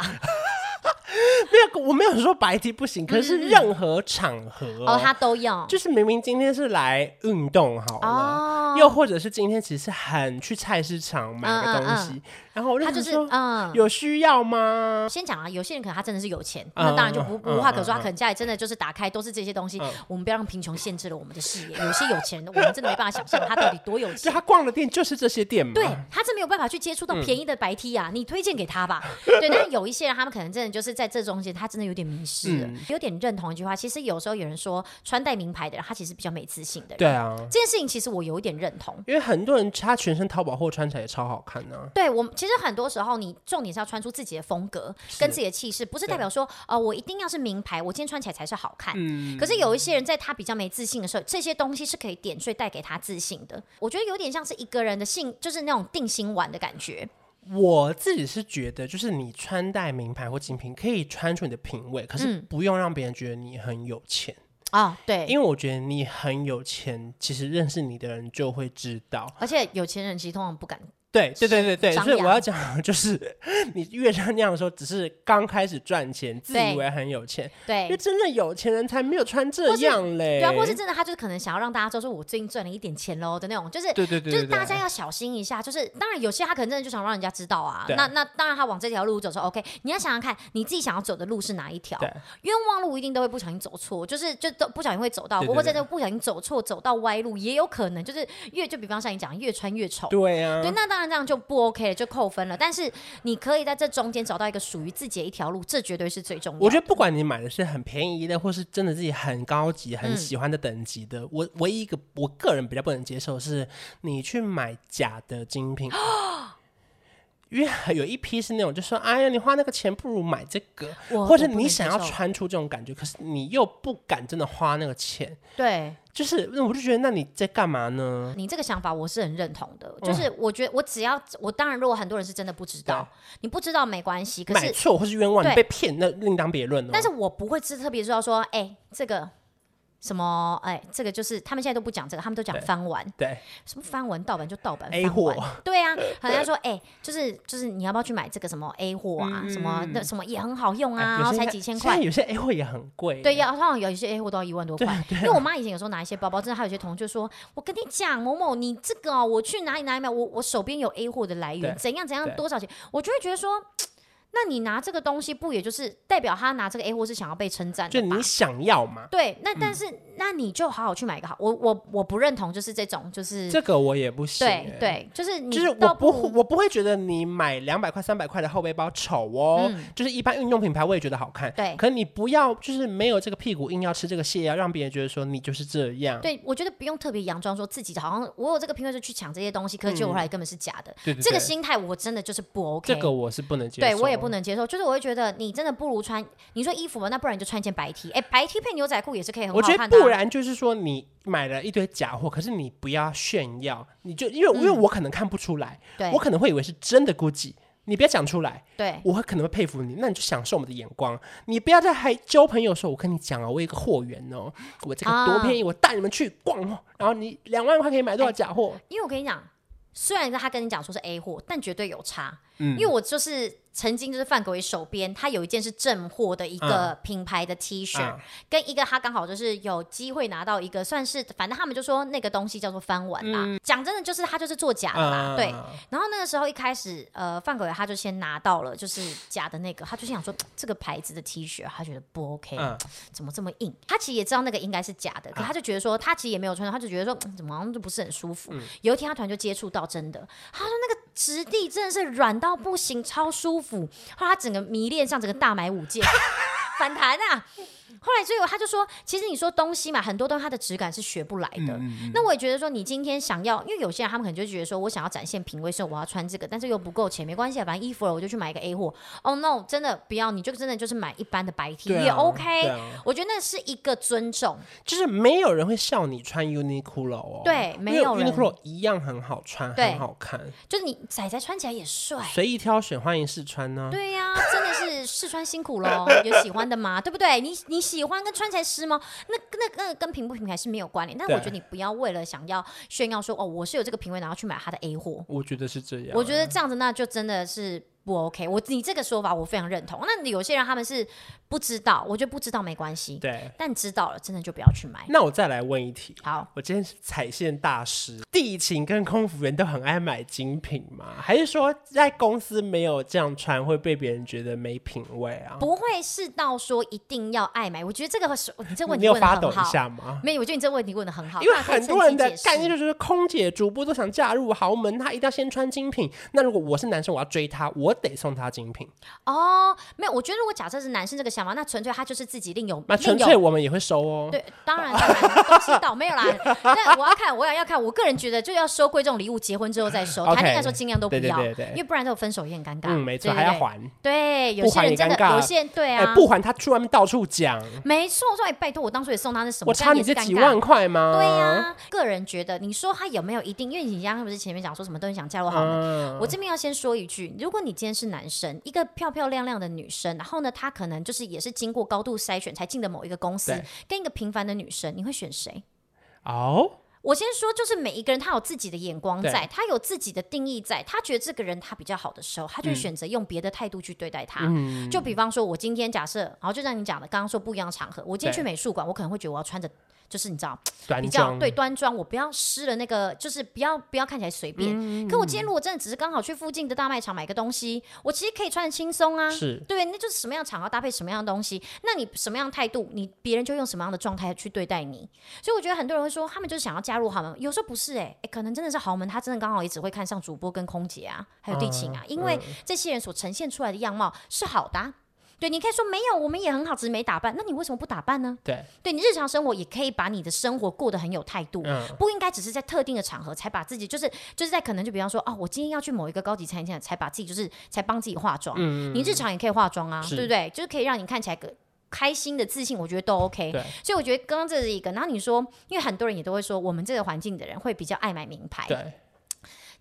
Speaker 3: 没有，我没有说白 T 不行，可是任何场合
Speaker 2: 嗯哦，他都要，
Speaker 3: 就是明明今天是来运动好了，
Speaker 2: 哦，
Speaker 3: 又或者是今天其实很去菜市场买个东西，
Speaker 2: 嗯
Speaker 3: 然后我就
Speaker 2: 他就
Speaker 3: 想
Speaker 2: 是
Speaker 3: 说、
Speaker 2: 嗯，
Speaker 3: 有需要吗？
Speaker 2: 先讲啊，有些人可能他真的是有钱，
Speaker 3: 嗯
Speaker 2: 那当然就不
Speaker 3: 嗯嗯
Speaker 2: 无话可说，
Speaker 3: 嗯
Speaker 2: 他可能家里真的就是打开都是这些东西
Speaker 3: 嗯。
Speaker 2: 我们不要让贫穷限制了我们的视野。有些有钱人，我们真的没办法想象他到底多有
Speaker 3: 就
Speaker 2: 钱。
Speaker 3: 他逛的店就是这些店嘛，
Speaker 2: 对，他是没有办法去接触到便宜的白 T 啊，你推荐给他吧。对，但有一些人，他们可能真的就是在这中间，他真的有点迷失了，有点认同一句话。其实有时候有人说，穿戴名牌的人，他其实比较没自信的人。
Speaker 3: 对啊，
Speaker 2: 这件事情，其实我有一点认同。
Speaker 3: 因为很多人他全身淘宝货穿起来也超好看啊呢、
Speaker 2: 对我们其实很多时候，你重点是要穿出自己的风格跟自己的气势，不是代表说呃我一定要是名牌，我今天穿起来才是好看。
Speaker 3: 嗯
Speaker 2: 可是有一些人在他比较没自信的时候，这些东西是可以点缀带给他自信的。我觉得有点像是一个人的性，就是那种定心丸的感觉。
Speaker 3: 我自己是觉得，就是你穿戴名牌或精品，可以穿出你的品味，可
Speaker 2: 嗯
Speaker 3: 是不用让别人觉得你很有钱，
Speaker 2: 啊，对。
Speaker 3: 因为我觉得你很有钱，其实认识你的人就会知道。
Speaker 2: 而且有钱人其实通常不敢，
Speaker 3: 对对对对对，
Speaker 2: 张
Speaker 3: 所以
Speaker 2: 扬
Speaker 3: 我要讲的 就是，你越像那样的时候，只是刚开始赚钱，自
Speaker 2: 对
Speaker 3: 以为很有钱，因为
Speaker 2: 对。
Speaker 3: 真的有钱人才没有穿这
Speaker 2: 或是
Speaker 3: 样嘞。
Speaker 2: 对啊，或是真的，他就是可能想要让大家知道，说我最近赚了一点钱喽的那种，就是
Speaker 3: 对对对，
Speaker 2: 就是
Speaker 3: 对对
Speaker 2: 大家要小心一下，就是当然有些他可能真的就想让人家知道啊。
Speaker 3: 对
Speaker 2: 那那当然他往这条路走是 OK，你要想想看你自己想要走的路是哪一条
Speaker 3: 对。
Speaker 2: 冤枉路一定都会不小心走错，就是就都不小心会走到，
Speaker 3: 对对
Speaker 2: 或者
Speaker 3: 对
Speaker 2: 就不小心走错走到歪路，也有可能就是越就比方像你讲越穿越丑。
Speaker 3: 对啊，
Speaker 2: 对，那当然这样就不 OK 了，就扣分了。但是你可以在这中间找到一个属于自己的一条路，这绝对是最重要的。
Speaker 3: 我觉得不管你买的是很便宜的，或是真的自己很高级、
Speaker 2: 嗯
Speaker 3: 很喜欢的等级的，我唯一一个我个人比较不能接受是，你去买假的精 品。因为有一批是那种就说，哎呀，你花那个钱不如买这个，
Speaker 2: 我
Speaker 3: 或者
Speaker 2: 我不
Speaker 3: 你
Speaker 2: 能
Speaker 3: 想
Speaker 2: 接
Speaker 3: 要
Speaker 2: 受
Speaker 3: 穿出这种感觉，可是你又不敢真的花那个钱，
Speaker 2: 对。
Speaker 3: 就是那我就觉得，那你在干嘛呢？
Speaker 2: 你这个想法我是很认同的，
Speaker 3: 嗯
Speaker 2: 就是我觉得我只要我当然，如果很多人是真的不知
Speaker 3: 啊
Speaker 2: 道，你不知道没关系，可
Speaker 3: 买
Speaker 2: 是
Speaker 3: 错或是冤枉，你
Speaker 2: 对
Speaker 3: 被骗那另当别论哦。
Speaker 2: 但是我不会知特别知道说，哎、这个什么，哎，这个就是他们现在都不讲这个，他们都讲
Speaker 3: 对
Speaker 2: 翻玩，
Speaker 3: 对
Speaker 2: 什么翻玩盗版就盗版
Speaker 3: A
Speaker 2: 翻玩
Speaker 3: 货
Speaker 2: 对啊，好像说，哎、就是就是你要不要去买这个什么 A 货啊，
Speaker 3: 嗯
Speaker 2: 什么那什么也很好用啊，然
Speaker 3: 哎有
Speaker 2: 后
Speaker 3: 些
Speaker 2: 才
Speaker 3: 它
Speaker 2: 几千
Speaker 3: 现
Speaker 2: 块
Speaker 3: 在。有些 A 货也很贵，
Speaker 2: 对，要通常有一些 A 货都要一万多块，因为我妈以前有时候拿一些包包，真的还有些同学就说：“我跟你讲，某某，你这个、哦、我去哪里哪里买，我我手边有 A 货的来源，
Speaker 3: 对
Speaker 2: 怎样怎样
Speaker 3: 对
Speaker 2: 多少钱？”我就会觉得说，那你拿这个东西，不也就是代表他拿这个 A 货是想要被称赞
Speaker 3: 就
Speaker 2: 的吧
Speaker 3: 你？嗯想要嘛，
Speaker 2: 对，那但是、那你就好好去买一个好，我我我不认同，就是这种就是
Speaker 3: 这个我也不
Speaker 2: 嗯
Speaker 3: 行、
Speaker 2: 对
Speaker 3: 哎。
Speaker 2: 对，就是你
Speaker 3: 就是
Speaker 2: 倒
Speaker 3: 我
Speaker 2: 不
Speaker 3: 不会，我不会觉得你买两百块、三百块的后背包丑哦。就是一般运动品牌我也觉得好看，
Speaker 2: 嗯对
Speaker 3: 可你不要就是没有这个屁股，硬要吃这个蟹，要让别人觉得说你就是这样。
Speaker 2: 对，我觉得不用特别佯装说自己好像我有这个品味就去抢这些东西，可是结果后来根本是假的。
Speaker 3: 嗯对对
Speaker 2: 这个
Speaker 3: 对
Speaker 2: 心态我真的就是不 OK。
Speaker 3: 这个我是不能接受，
Speaker 2: 对我也不。能接受，就是我会觉得你真的不如穿，你说衣服吧，那不然你就穿一件白 T，哎，白 T 配牛仔裤也是可以很好
Speaker 3: 我觉
Speaker 2: 看的啊、
Speaker 3: 得不然就是说你买了一堆假货，可是你不要炫耀，你就因为、因为我可能看不出来，
Speaker 2: 嗯对
Speaker 3: 我可能会以为是真的 Gucci，你不要讲出来，
Speaker 2: 对
Speaker 3: 我会可能会佩服你，那你就享受我们的眼光，你不要再还交朋友说，我跟你讲哦，我有一个货源哦，我这个多便宜，我带你们去逛哦，然后你两万块可以买多少假货？
Speaker 2: 因为我跟你讲，虽然他跟你讲说是 A 货，但绝对有差。
Speaker 3: 嗯
Speaker 2: 因为我就是曾经就是范狗伟手边，他有一件是正货的一个品牌的 T 恤，
Speaker 3: 嗯
Speaker 2: 跟一个他刚好就是有机会拿到一个算是，反正他们就说那个东西叫做翻碗啦。
Speaker 3: 嗯
Speaker 2: 讲真的，就是他就是做假的啦，
Speaker 3: 啊
Speaker 2: 对。然后那个时候一开始，呃，范狗伟他就先拿到了就是假的那个，他就心想说这个牌子的 T 恤，他觉得不 OK，、
Speaker 3: 嗯
Speaker 2: 怎么这么硬？他其实也知道那个应该是假的，可他就觉得说，他其实也没有穿，他就觉得说，嗯怎么好像就不是很舒服。有一天他突然就接触到真的，他说那个质地真的是软到不行，超舒服。后来他整个迷恋上整个大买五件， 反弹啊！后来所以他就说，其实你说东西嘛，很多东西它的质感是学不来
Speaker 3: 嗯
Speaker 2: 的。那我也觉得说，你今天想要，因为有些人他们可能就觉得说我想要展现品味，所以我要穿这个，但是又不够钱，没关系，啊，反正衣服了我就去买一个 A 货。Oh no，真的不要，你就真的就是买一般的白 T
Speaker 3: 对啊
Speaker 2: 也 OK，、
Speaker 3: 对啊
Speaker 2: 我觉得那是一个尊重，
Speaker 3: 就是没有人会笑你穿 Uniqlo 哦，
Speaker 2: 对没有人
Speaker 3: Uniqlo 一样很好穿，
Speaker 2: 对
Speaker 3: 很好看，
Speaker 2: 就是你仔仔穿起来也帅。
Speaker 3: 随意挑选，欢迎试穿呢、
Speaker 2: 对呀、真的是试穿辛苦 喽，有喜欢的吗？对不对？你你喜欢跟穿起来时髦，那那那跟品不品牌是没有关联。但我
Speaker 3: 对
Speaker 2: 觉得你不要为了想要炫耀说哦，我是有这个品味，然后去买他的 A 货。
Speaker 3: 我觉得是这样。
Speaker 2: 我觉得这样子那就真的是不 OK 我。你这个说法我非常认同。那有些人他们是不知道，我觉得不知道没关系，
Speaker 3: 对。嗯
Speaker 2: 但知道了真的就不要去买。
Speaker 3: 那我再来问一题，
Speaker 2: 好，
Speaker 3: 我今天是踩线大师，地勤跟空服员都很爱买精品吗？还是说在公司没有这样穿会被别人觉得没品味啊？
Speaker 2: 不会是到说一定要爱买。我觉得这个是你这问
Speaker 3: 你
Speaker 2: 题
Speaker 3: 有
Speaker 2: 问的
Speaker 3: 发抖
Speaker 2: 很
Speaker 3: 一
Speaker 2: 好。
Speaker 3: 下吗？
Speaker 2: 没有，我觉得你这问题问的很好，
Speaker 3: 因为
Speaker 2: 那可以
Speaker 3: 很
Speaker 2: 趁
Speaker 3: 多
Speaker 2: 机
Speaker 3: 人的
Speaker 2: 解释
Speaker 3: 概念就是，空姐、主播都想嫁入豪门，她一定要先穿精品。那如果我是男生，我要追她，我得送她精品。
Speaker 2: 哦，没有，我觉得如果假设是男生这个想法，那纯粹他就是自己另有
Speaker 3: 那
Speaker 2: 另
Speaker 3: 纯粹
Speaker 2: 有。
Speaker 3: 我们也会收哦。
Speaker 2: 对，当然当然，东西到 没有啦。但我要看，我也要看。我个人觉得，就要收贵重礼物，结婚之后再收。谈
Speaker 3: OK，
Speaker 2: 恋爱的时候尽量都不
Speaker 3: 对对
Speaker 2: 要，
Speaker 3: 对对
Speaker 2: 因为不然都分手也很尴尬。
Speaker 3: 嗯，没错，
Speaker 2: 啊对
Speaker 3: 还要。还。
Speaker 2: 对对对，有
Speaker 3: 不
Speaker 2: 些
Speaker 3: 还
Speaker 2: 人
Speaker 3: 也
Speaker 2: 真的
Speaker 3: 尴，尬
Speaker 2: 有些人对
Speaker 3: 哎、
Speaker 2: 啊，
Speaker 3: 不还，她去外面到处讲，
Speaker 2: 没错。我说哎，拜托，我当初也送他那什么，
Speaker 3: 我差你
Speaker 2: 这
Speaker 3: 这
Speaker 2: 样也是
Speaker 3: 几
Speaker 2: 尴尬
Speaker 3: 万块啊吗？
Speaker 2: 对呀、个人觉得，你说他有没有一定？因为你刚刚不是前面讲说什么都很想嫁入豪门，
Speaker 3: 嗯啊
Speaker 2: 我这边要先说一句，如果你今天是男生，一个漂漂亮亮的女生，然后呢，她可能就是也是经过高度筛选才进的某一个公司
Speaker 3: 对，
Speaker 2: 跟一个平凡的女生，你会选谁？
Speaker 3: 哦，
Speaker 2: 我先说，就是每一个人他有自己的眼光
Speaker 3: 对
Speaker 2: 在，他有自己的定义在，他觉得这个人他比较好的时候，他就
Speaker 3: 嗯
Speaker 2: 会选择用别的态度去对待他。就比方说，我今天假设，然后就像你讲的，刚刚说不一样的场合，我今天
Speaker 3: 对
Speaker 2: 去美术馆，我可能会觉得我要穿着，就是你知道。
Speaker 3: 短
Speaker 2: 比较
Speaker 3: 装
Speaker 2: 对端庄，我不要湿了那个，就是不要不要看起来随便。可我今天如果真的只是刚好去附近的大卖场买个东西，我其实可以穿的轻松啊。
Speaker 3: 是
Speaker 2: 对，那就是什么样的场合搭配什么样的东西，那你什么样的态度，你别人就用什么样的状态去对待你。所以我觉得很多人会说，他们就是想要加入豪门，有时候不是哎、欸可能真的是豪门，他真的刚好也只会看上主播跟空姐啊，还有地勤啊，因为这些人所呈现出来的样貌是好的啊、对，你可以说没有，我们也很好，只是没打扮。那你为什么不打扮呢？
Speaker 3: 对，
Speaker 2: 对你日常生活也可以把你的生活过得很有态度，
Speaker 3: 嗯
Speaker 2: 不应该只是在特定的场合才把自己，就是就是在可能就比方说，哦，我今天要去某一个高级餐厅，才把自己就是才帮自己化妆。你日常也可以化妆啊，
Speaker 3: 嗯是
Speaker 2: 对不对？就是可以让你看起来个开心的自信，我觉得都 OK。
Speaker 3: 对
Speaker 2: 所以我觉得刚刚这是一个，然后你说，因为很多人也都会说，我们这个环境的人会比较爱买名牌，
Speaker 3: 对，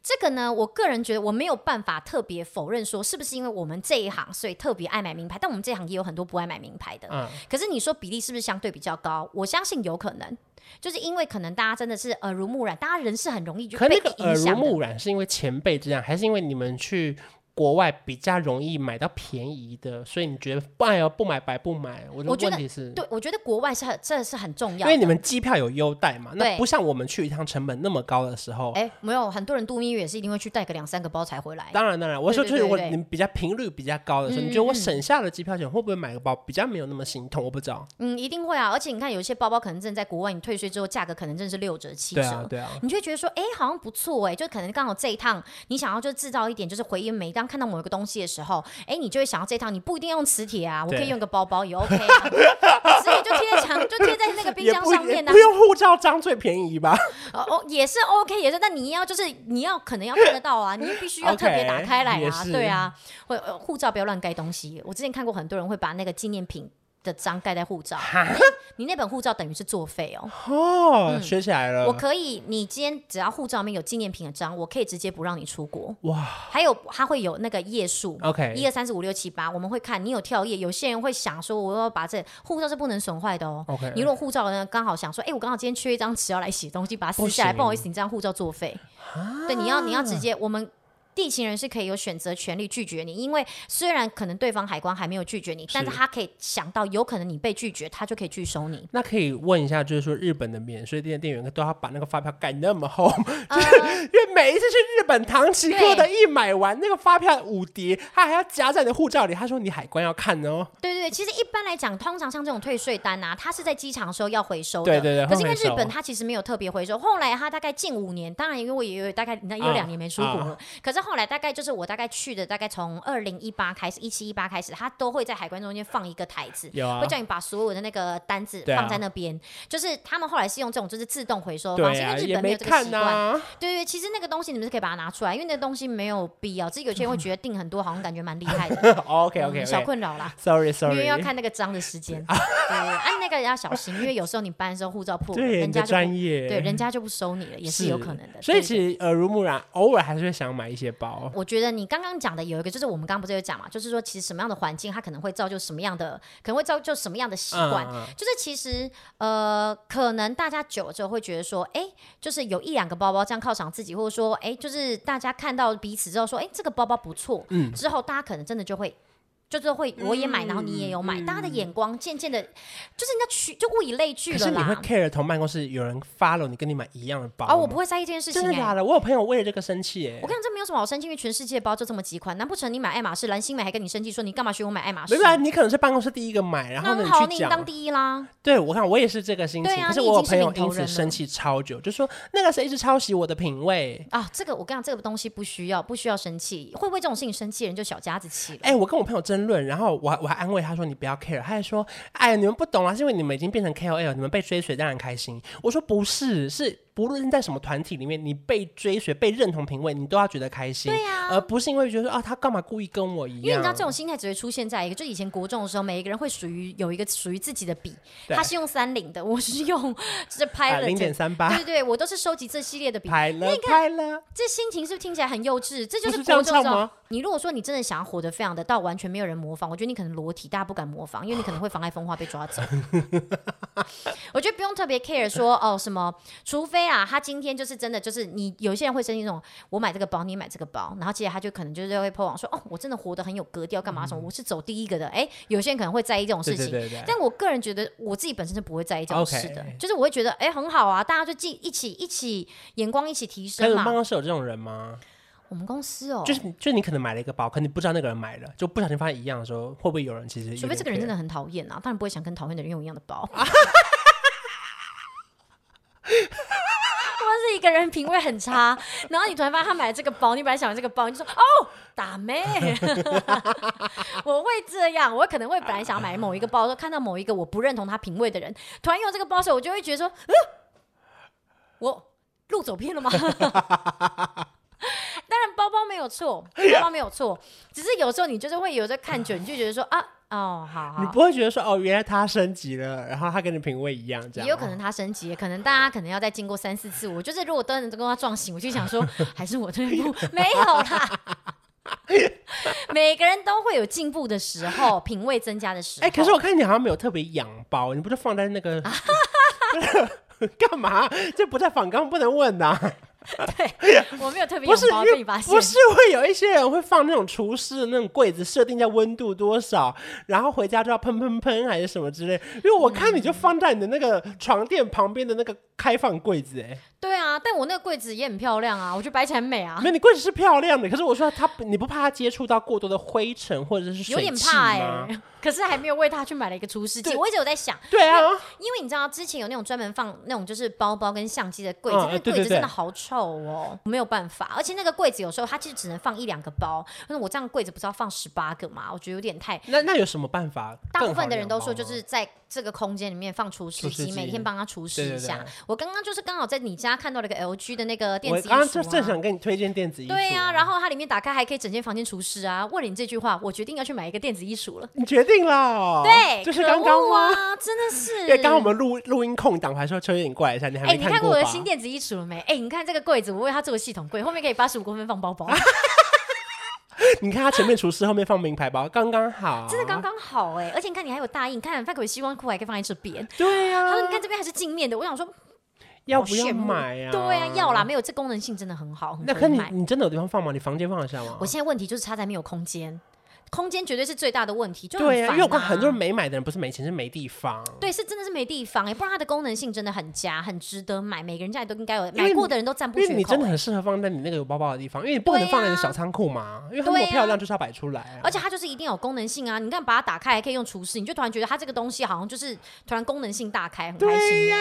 Speaker 2: 这个呢，我个人觉得我没有办法特别否认说是不是因为我们这一行所以特别爱买名牌，但我们这一行也有很多不爱买名牌的。
Speaker 3: 嗯
Speaker 2: 可是你说比例是不是相对比较高？我相信有可能，就是因为可能大家真的是耳濡目染，大家人是很容易就
Speaker 3: 可
Speaker 2: 被
Speaker 3: 那个
Speaker 2: 影
Speaker 3: 耳濡
Speaker 2: 响的。
Speaker 3: 目染是因为前辈这样，还是因为你们去国外比较容易买到便宜的，所以你觉得不哎呦不买白不买？我的
Speaker 2: 我觉得
Speaker 3: 问题是，
Speaker 2: 对，我觉得国外是很这是很重
Speaker 3: 因
Speaker 2: 要的，
Speaker 3: 为你们机票有优待嘛，那
Speaker 2: 对
Speaker 3: 不像我们去一趟成本那么高的时候。
Speaker 2: 哎、没有很多人度蜜月也是一定会去带个两三个包才回来。
Speaker 3: 当然，当然，我说
Speaker 2: 对
Speaker 3: 就
Speaker 2: 对
Speaker 3: 是
Speaker 2: 对
Speaker 3: 我
Speaker 2: 对嗯
Speaker 3: 你比较频率比较高的时候，你觉得我省下了机票钱，会不会买个包比较没有那么心痛？我不知道。
Speaker 2: 嗯，一定会啊！而且你看，有一些包包可能真的在国外，你退税之后价格可能真的是六折、七折，
Speaker 3: 对啊，对啊。
Speaker 2: 你就会觉得说，哎、好像不错哎、就可能刚好这一趟，你想要就制造一点，就是回应每当看到某一个东西的时候，哎、你就会想要这一趟，你不一定要用磁铁啊，我可
Speaker 3: 对
Speaker 2: 以用个包包也 OK 啊，磁铁就贴在墙，就贴在那个冰
Speaker 3: 也
Speaker 2: 箱
Speaker 3: 不
Speaker 2: 上
Speaker 3: 也
Speaker 2: 面呐、啊
Speaker 3: 不用护照章最便宜 吧？
Speaker 2: 哦哦，也是 OK，也是，但你要就是你要可能要看得到 啊，你必须要
Speaker 3: OK，
Speaker 2: 特别打开来
Speaker 3: 也
Speaker 2: 啊，
Speaker 3: 是
Speaker 2: 对啊，会呃护照不要乱盖东西。我之前看过很多人会把那个纪念品的章盖在护照，哎你那本护照等于是作废哦。
Speaker 3: 哦，学起来
Speaker 2: 我
Speaker 3: 了。
Speaker 2: 可以，你今天只要护照里面有纪念品的章，我可以直接不让你出国。
Speaker 3: 哇
Speaker 2: 还有它会有那个页数。一
Speaker 3: ，OK，
Speaker 2: 二三四五六七八，我们会看你有跳页，有些人会想说，我要把这护照是不能损坏的哦。
Speaker 3: OK
Speaker 2: 你如果护照呢，刚好想说，哎、我刚好今天缺一张纸要来写东西，把它撕下来，
Speaker 3: 不行
Speaker 2: 不好意思，你这张护照作废。对，你要你要直接，我们地勤人是可以有选择权利拒绝你，因为虽然可能对方海关还没有拒绝你，但是他可以想到有可能你被拒绝，他就可以拒收你。
Speaker 3: 那可以问一下，就是说日本的免税店店员都要把那个发票盖那么厚，
Speaker 2: 呃
Speaker 3: 因为每一次去日本唐吉诃德一买完那个发票五叠，他还要夹在你的护照里。他说你海关要看哦，
Speaker 2: 对对对，其实一般来讲，通常像这种退税单啊，它是在机场的时候要回收的。
Speaker 3: 对对对
Speaker 2: 可是因为
Speaker 3: 会回收
Speaker 2: 日本它其实没有特别回收，后来它大概近五年，当然因为我也有大概
Speaker 3: 嗯
Speaker 2: 那有两年没出国了，可是后来大概就是我大概去的，大概从二零一八开始，一七一八开始，它都会在海关中间放一个台子。
Speaker 3: 有啊
Speaker 2: 会，叫你把所有的那个单子
Speaker 3: 对啊
Speaker 2: 放在那边，就是他们后来是用这种就是自动回收的方
Speaker 3: 对
Speaker 2: 式，
Speaker 3: 啊，
Speaker 2: 因为日
Speaker 3: 也
Speaker 2: 本没
Speaker 3: 没
Speaker 2: 有这个
Speaker 3: 看啊
Speaker 2: 习惯。
Speaker 3: 呐。
Speaker 2: 对对，其实那个东西你们是可以把它拿出来，因为那个东西没有必要。只是有些人会觉得订很多，好像感觉蛮厉 害的
Speaker 3: OK
Speaker 2: 嗯
Speaker 3: OK
Speaker 2: 小
Speaker 3: OK，
Speaker 2: 困扰啦。
Speaker 3: Sorry
Speaker 2: 因
Speaker 3: Sorry，
Speaker 2: 为要看那个章的时 间，对，啊，那个要小心，因为有时候你搬的时候护照破了，
Speaker 3: 对
Speaker 2: 人
Speaker 3: 你
Speaker 2: 家就
Speaker 3: 的
Speaker 2: 不
Speaker 3: 专业，
Speaker 2: 对，人家就不收你了，也是有可能的。
Speaker 3: 所以
Speaker 2: 对
Speaker 3: 其
Speaker 2: 对
Speaker 3: 实呃耳濡目染，偶尔还是会想买一些包。
Speaker 2: 我觉得你刚刚讲的有一个，就是我们刚刚不是有讲嘛，就是说其实什么样的环境，它可能会造就什么样的，可能会造就什么样的习惯。
Speaker 3: 嗯嗯
Speaker 2: 就是其实呃，可能大家久了之后会觉得说，哎，就是有一两个包包这样犒赏自己，或者说，哎，就是大家看到彼此之后说，哎，这个包包不错，
Speaker 3: 嗯
Speaker 2: 之后大家可能真的就会。就是会，我也买，然后你也有买，
Speaker 3: 嗯
Speaker 2: 大家的眼光渐渐的，就是人家取就物以类聚
Speaker 3: 可
Speaker 2: 了
Speaker 3: 是你会
Speaker 2: 啦。
Speaker 3: care 同办公室有人 follow 你跟你买一样的包
Speaker 2: 哦，我
Speaker 3: 吗
Speaker 2: 不会在意这件事情、
Speaker 3: 真
Speaker 2: 欸，
Speaker 3: 的假的？我有朋友为了这个生气欸耶
Speaker 2: 我。跟你讲，这没有什么好生气，因为全世界包就这么几款，难不成你买爱马仕，蓝心美还跟你生气说你干嘛学我买爱马仕
Speaker 3: 没？办法，你可能是办公室第一个买，然后呢
Speaker 2: 啊那好，
Speaker 3: 去
Speaker 2: 你当
Speaker 3: 讲。
Speaker 2: 第一啦。
Speaker 3: 对，我看我也是这个心情。
Speaker 2: 对啊
Speaker 3: 可是
Speaker 2: 你已
Speaker 3: 我有
Speaker 2: 经是
Speaker 3: 朋友
Speaker 2: 领头
Speaker 3: 因此
Speaker 2: 人了
Speaker 3: 生气超久，就说那个谁一直抄袭我的品味。
Speaker 2: 啊，这个我跟你讲，这个东西不需要，不需要生气。会不会这种事情生气的人就小家子气了？
Speaker 3: 哎、我跟我朋友争论，然后我还我还安慰他说你不要 care，他还说哎你们不懂啊，是因为你们已经变成 KOL，你们被追随当然开心。我说不是，是不论在什么团体里面，你被追随、被认同品味，你都要觉得开心，
Speaker 2: 对呀、
Speaker 3: 而不是因为觉得说啊他干嘛故意跟我一样。
Speaker 2: 因为你知道这种心态只会出现在一个，就以前国中的时候，每一个人会属于有一个属于自己的笔，
Speaker 3: 对
Speaker 2: 他是用三菱的，我是用就是
Speaker 3: 啊
Speaker 2: 拍了
Speaker 3: 零点三八
Speaker 2: 对对对，我都是收集这系列的笔。
Speaker 3: 拍了拍了，
Speaker 2: 这心情是不是听起来很幼稚？这就
Speaker 3: 不
Speaker 2: 是
Speaker 3: 是这样
Speaker 2: 国中的时
Speaker 3: 唱
Speaker 2: 候
Speaker 3: 吗。
Speaker 2: 你如果说你真的想要活得非常的到完全没有人模仿，我觉得你可能裸体，大家不敢模仿，因为你可能会妨碍风化被 抓走。我觉得不用特别 care 说哦什么，除非啊，他今天就是真的就是你有些人会生气那种，我买这个包，你也买这个包，然后接着他就可能就是会破网说哦，我真的活得很有格调，干嘛什么，我是走第一个的。哎，有些人可能会在意这种事
Speaker 3: 对嗯对
Speaker 2: 情，
Speaker 3: 对对。
Speaker 2: 但我个人觉得，我自己本身是不会在意这种事的
Speaker 3: OK
Speaker 2: 就是我会觉得，哎、很好啊，大家就进一起一起眼光一起提
Speaker 3: 可是
Speaker 2: 升
Speaker 3: 你
Speaker 2: 嘛
Speaker 3: 们。办公室有这种人吗？
Speaker 2: 我们公司哦，
Speaker 3: 就是你就是你可能买了一个包，可你不知道那个人买了，就不小心发现一样的时候，会不会有人其实？
Speaker 2: 除非这个人真的，很讨厌啊，当然不会想跟讨厌的人用一样的 包。我是一个人品味很差，然后你突然发现他买了这个包，你本来想买这个包，你就说哦，打妹， 我会这样，我可能会本来想买某一个包，说看到某一个我不认同他品味的人，突然用这个包的时候，我就会觉得说， 嗯，我路走偏了吗？但当然包包没有错，
Speaker 3: 哎
Speaker 2: 包包没有错，只是有时候你就是会有时候看久，你就觉得说啊，哦，好
Speaker 3: 你
Speaker 2: 好。
Speaker 3: 不会觉得说哦，原来他升级了，然后他跟你品味一样这
Speaker 2: 也
Speaker 3: 样，
Speaker 2: 有可能他升级，可能大家可能要再经过三四次。我就是如果都能跟他撞醒，我就想说还是我退步没
Speaker 3: 哎
Speaker 2: 有啦。每个人都会有进步的时候，品味增加的时候。
Speaker 3: 哎、可是我看你好像没有特别养包，你不就放在那
Speaker 2: 啊
Speaker 3: 个 干嘛？这不在反刚不能问呐、
Speaker 2: 我没有特别
Speaker 3: 哎不是
Speaker 2: 拥抱
Speaker 3: 因
Speaker 2: 被你
Speaker 3: 为
Speaker 2: 发现，
Speaker 3: 不是会有一些人会放那种厨师的那种柜子，设定在温度多少，然后回家就要喷喷喷还是什么之类。因为我看你就
Speaker 2: 嗯
Speaker 3: 放在你的那个床垫旁边的那个开放柜子、哎、
Speaker 2: 对啊，但我那个柜子也很漂亮啊，我觉得摆起来很美啊
Speaker 3: 没。有你柜子是漂亮的，可是我说它你不怕它接触到过多的灰尘或者是
Speaker 2: 有
Speaker 3: 水
Speaker 2: 点
Speaker 3: 汽
Speaker 2: 怕哎、
Speaker 3: 吗？
Speaker 2: 可是还没有为他去买了一个除湿机。
Speaker 3: 对
Speaker 2: 我一直有在想，
Speaker 3: 对啊，
Speaker 2: 因为你知道之前有那种专门放那种就是包包跟相机的柜子，
Speaker 3: 嗯
Speaker 2: 那个柜
Speaker 3: 对对
Speaker 2: 子
Speaker 3: 对
Speaker 2: 真的好臭哦，没有办法。而且那个柜子有时候它就只能放一两个包，那我这样柜子不是要放十八个嘛？我觉得有点太。
Speaker 3: 那那有什么办法？
Speaker 2: 大部
Speaker 3: 更好
Speaker 2: 分的人
Speaker 3: 养
Speaker 2: 都
Speaker 3: 猫
Speaker 2: 说，就
Speaker 3: 吗
Speaker 2: 是在这个空间里面放除湿
Speaker 3: 除湿
Speaker 2: 机，
Speaker 3: 机
Speaker 2: 每天帮它除湿
Speaker 3: 对对
Speaker 2: 一
Speaker 3: 对
Speaker 2: 下。我刚刚就是刚好在你家看到了一个 LG 的那个电
Speaker 3: 我
Speaker 2: 子衣橱、啊，
Speaker 3: 刚刚就正想跟你推荐电子衣橱。
Speaker 2: 对啊呀、然后它里面打开还可以整间房间除湿啊。为了你这句话，我决定要去买一个电子衣橱了。
Speaker 3: 你决定了哦，
Speaker 2: 对，
Speaker 3: 就是
Speaker 2: 可
Speaker 3: 刚刚
Speaker 2: 恶
Speaker 3: 吗？
Speaker 2: 啊，真的是。
Speaker 3: 因为刚刚我们录录音空档，我还说秋叶你过来一下，你还
Speaker 2: 哎、
Speaker 3: 没
Speaker 2: 你看过
Speaker 3: 过
Speaker 2: 我的
Speaker 3: 吧
Speaker 2: 新电子衣橱了没？哎、你看这个柜子，我为它做个系统柜，后面可以八十五公分放包
Speaker 3: 啊
Speaker 2: 包，
Speaker 3: 你看他前面厨师，后面放名牌包，刚刚好，
Speaker 2: 真的刚刚好哎、而且你看你还有大印，你看范可西装裤还可以放在这边。
Speaker 3: 对呀、
Speaker 2: 他
Speaker 3: 啊
Speaker 2: 说：“你，看这边还是镜面的。”我想说，
Speaker 3: 要
Speaker 2: 好
Speaker 3: 不要
Speaker 2: 羡慕
Speaker 3: 买呀、
Speaker 2: 对啊，要啦，。没有这功能性真的很好，很
Speaker 3: 那
Speaker 2: 可
Speaker 3: 可
Speaker 2: 以
Speaker 3: 你
Speaker 2: 买。
Speaker 3: 你真的有地方放吗？你房间放得下吗
Speaker 2: 我？现在问题就是差在没有空间，空间绝对是最大的问题，就很
Speaker 3: 对呀、啊
Speaker 2: 烦、啊
Speaker 3: 因为我看很多人没买的人不是没钱，是没地方。
Speaker 2: 对，是真的是没地方哎、不然它的功能性真的很佳，很值得买，每个人家里都应该有，
Speaker 3: 因
Speaker 2: 买
Speaker 3: 为
Speaker 2: 过的人都赞不欸
Speaker 3: 因
Speaker 2: 绝
Speaker 3: 为
Speaker 2: 口。哎
Speaker 3: 你真的很适合放在你那个有包包的地方，因为你不可能
Speaker 2: 对
Speaker 3: 放在你的
Speaker 2: 呀
Speaker 3: 小仓库嘛，因为它那么
Speaker 2: 对呀啊
Speaker 3: 漂亮就是要摆出来、啊。
Speaker 2: 而且它就是一定有功能性啊！你看把它打开，还可以用厨师，你就突然觉得它这个东西好像就是突然功能性大开，很开心、耶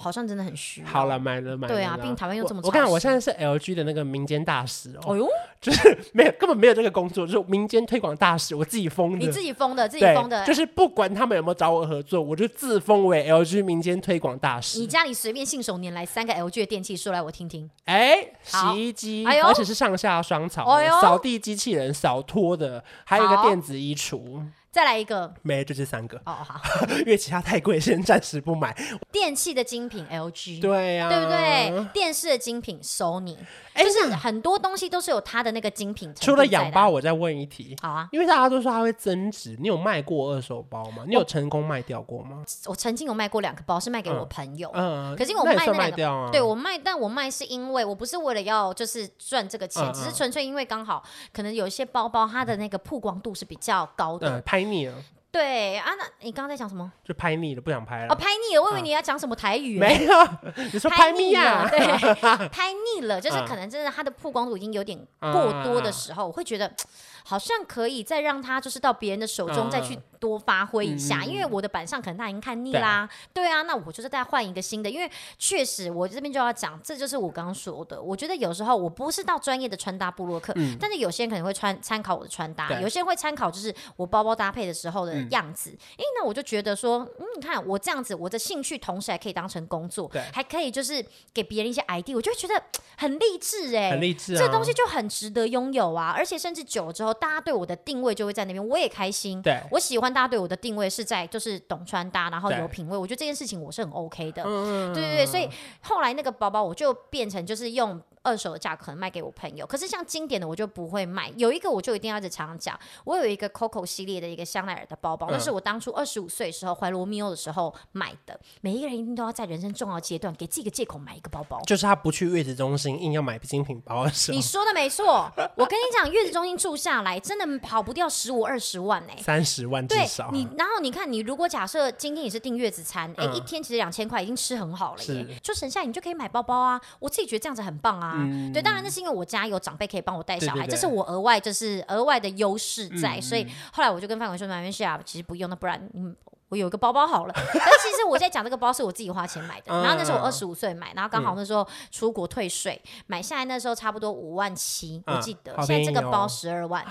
Speaker 2: 好像真的很虚。哦
Speaker 3: 好，了，买了买了啦。
Speaker 2: 对啊并台湾又这么
Speaker 3: 我我看
Speaker 2: 潮湿
Speaker 3: 我现在是 LG 的那个民间大使哦，
Speaker 2: 哦呦，
Speaker 3: 就是没有根本没有这个工作，就是民间推广大使，我自己封的。
Speaker 2: 你自己封的，自己
Speaker 3: 对
Speaker 2: 封的
Speaker 3: 就，是不管他们有没有找我合作，我就自封为 LG 民间推广大
Speaker 2: 你
Speaker 3: 使。
Speaker 2: 家里随便信手拈来三个 LG 的电器，说来我听听。
Speaker 3: 哎，
Speaker 2: 好
Speaker 3: 洗衣机，
Speaker 2: 哎呦
Speaker 3: 而且是上下双槽
Speaker 2: 哎
Speaker 3: 的，
Speaker 2: 呦
Speaker 3: 扫地机器人、扫拖的，还有一个
Speaker 2: 好
Speaker 3: 电子衣橱，
Speaker 2: 再来一个，
Speaker 3: 没了就这三个，
Speaker 2: 哦好，
Speaker 3: 因为其他太贵，先暂时不买。
Speaker 2: 电器的精品 LG，、
Speaker 3: 对啊呀、
Speaker 2: 对不对？？电视的精品 Sony，
Speaker 3: 哎
Speaker 2: 就是很多东西都是有它的那个精品程度
Speaker 3: 除了
Speaker 2: 在的啊
Speaker 3: 养包，，我再问一题。
Speaker 2: 好啊，
Speaker 3: 因为大家都说它会增值，你有卖过二手包吗？你有成功卖掉过吗？
Speaker 2: 我曾经有卖过两个包，是卖给我朋友，
Speaker 3: 嗯，
Speaker 2: 哦可是我
Speaker 3: 那也
Speaker 2: 卖
Speaker 3: 算
Speaker 2: 那
Speaker 3: 卖
Speaker 2: 两个
Speaker 3: 掉啊。
Speaker 2: 对我卖，但我卖是因为我不是为了要就是赚这个钱，
Speaker 3: 嗯
Speaker 2: 只是
Speaker 3: 嗯
Speaker 2: 纯粹因为刚好可能有一些包包它的那个曝光度是比较高的。
Speaker 3: 嗯，拍腻了，
Speaker 2: 对啊，那你刚刚在讲什么？
Speaker 3: 就拍腻了，不想拍了。
Speaker 2: 哦，拍腻了，我以为你要讲什么台语、
Speaker 3: 哎嗯没有， 你说拍
Speaker 2: 腻
Speaker 3: 腻
Speaker 2: 了，
Speaker 3: 啊？
Speaker 2: 对，拍腻了，就是
Speaker 3: 嗯
Speaker 2: 可能真的它的曝光度已经有点过多的时候，我会觉得。嘖好像可以再让它就是到别人的手中
Speaker 3: 嗯
Speaker 2: 再去多发挥一下，
Speaker 3: 嗯
Speaker 2: 因为我的版上可能他已经看腻啦，对啊，那我就是再换一个新的，因为确实我这边就要讲，这就是我刚刚说的，我觉得有时候我不是到专业的穿搭部落客，
Speaker 3: 嗯
Speaker 2: 但是有些人可能会穿参考我的穿搭，
Speaker 3: 对
Speaker 2: 有些人会参考就是我包包搭配的时候的
Speaker 3: 嗯
Speaker 2: 样子，诶，那我就觉得说，嗯，你看我这样子，我的兴趣同时还可以当成工作
Speaker 3: 对，
Speaker 2: 还可以就是给别人一些 idea，我就会觉得嘖很励志哎、
Speaker 3: 很励志啊。
Speaker 2: 这东西就很值得拥有啊！而且甚至久了之后，大家对我的定位就会在那边，我也开心。
Speaker 3: 对
Speaker 2: 我喜欢大家对我的定位是在就是懂穿搭，然后
Speaker 3: 对
Speaker 2: 有品味。我觉得这件事情我是很 OK 的。
Speaker 3: 嗯，
Speaker 2: 对对对，所以后来那个包包我就变成就是用二手的价格可能卖给我朋友，可是像经典的我就不会卖。有一个我就一定要一直常常讲，我有一个 Coco 系列的一个香奈儿的包包，那
Speaker 3: 嗯
Speaker 2: 是我当初二十五岁的时候怀罗密欧的时候买的。每一个人一定都要在人生重要阶段给自己一个借口买一个包包。
Speaker 3: 就是他不去月子中心，硬要买精品包的时候
Speaker 2: 你，说的没错，我跟你讲，月子中心住下来真的跑不掉十五二十万欸呢、
Speaker 3: 三十万至
Speaker 2: 对
Speaker 3: 少。啊
Speaker 2: 你，然后你看，你如果假设今天你是订月子餐，哎、
Speaker 3: 嗯
Speaker 2: 一天其实两千块已经吃很好了耶
Speaker 3: 是，
Speaker 2: 就省下来你就可以买包包啊。我自己觉得这样子很棒啊。对，当然那是因为我家有长辈可以帮我带小孩，
Speaker 3: 嗯对对对嗯
Speaker 2: 这是我额外就是额外的优势在，所以后来我就跟范伟说，没关系啊，其实不用，那不然嗯。我有一个包包好了， 但其实我在讲这个包是我自己花钱买的，
Speaker 3: 嗯
Speaker 2: 然后那时候我二十五岁买，然后刚好那时候出国退税，买下来那时候差不多五万七，我
Speaker 3: 嗯
Speaker 2: 记得。
Speaker 3: 好
Speaker 2: 现在这个
Speaker 3: 便宜哦
Speaker 2: 包十二万，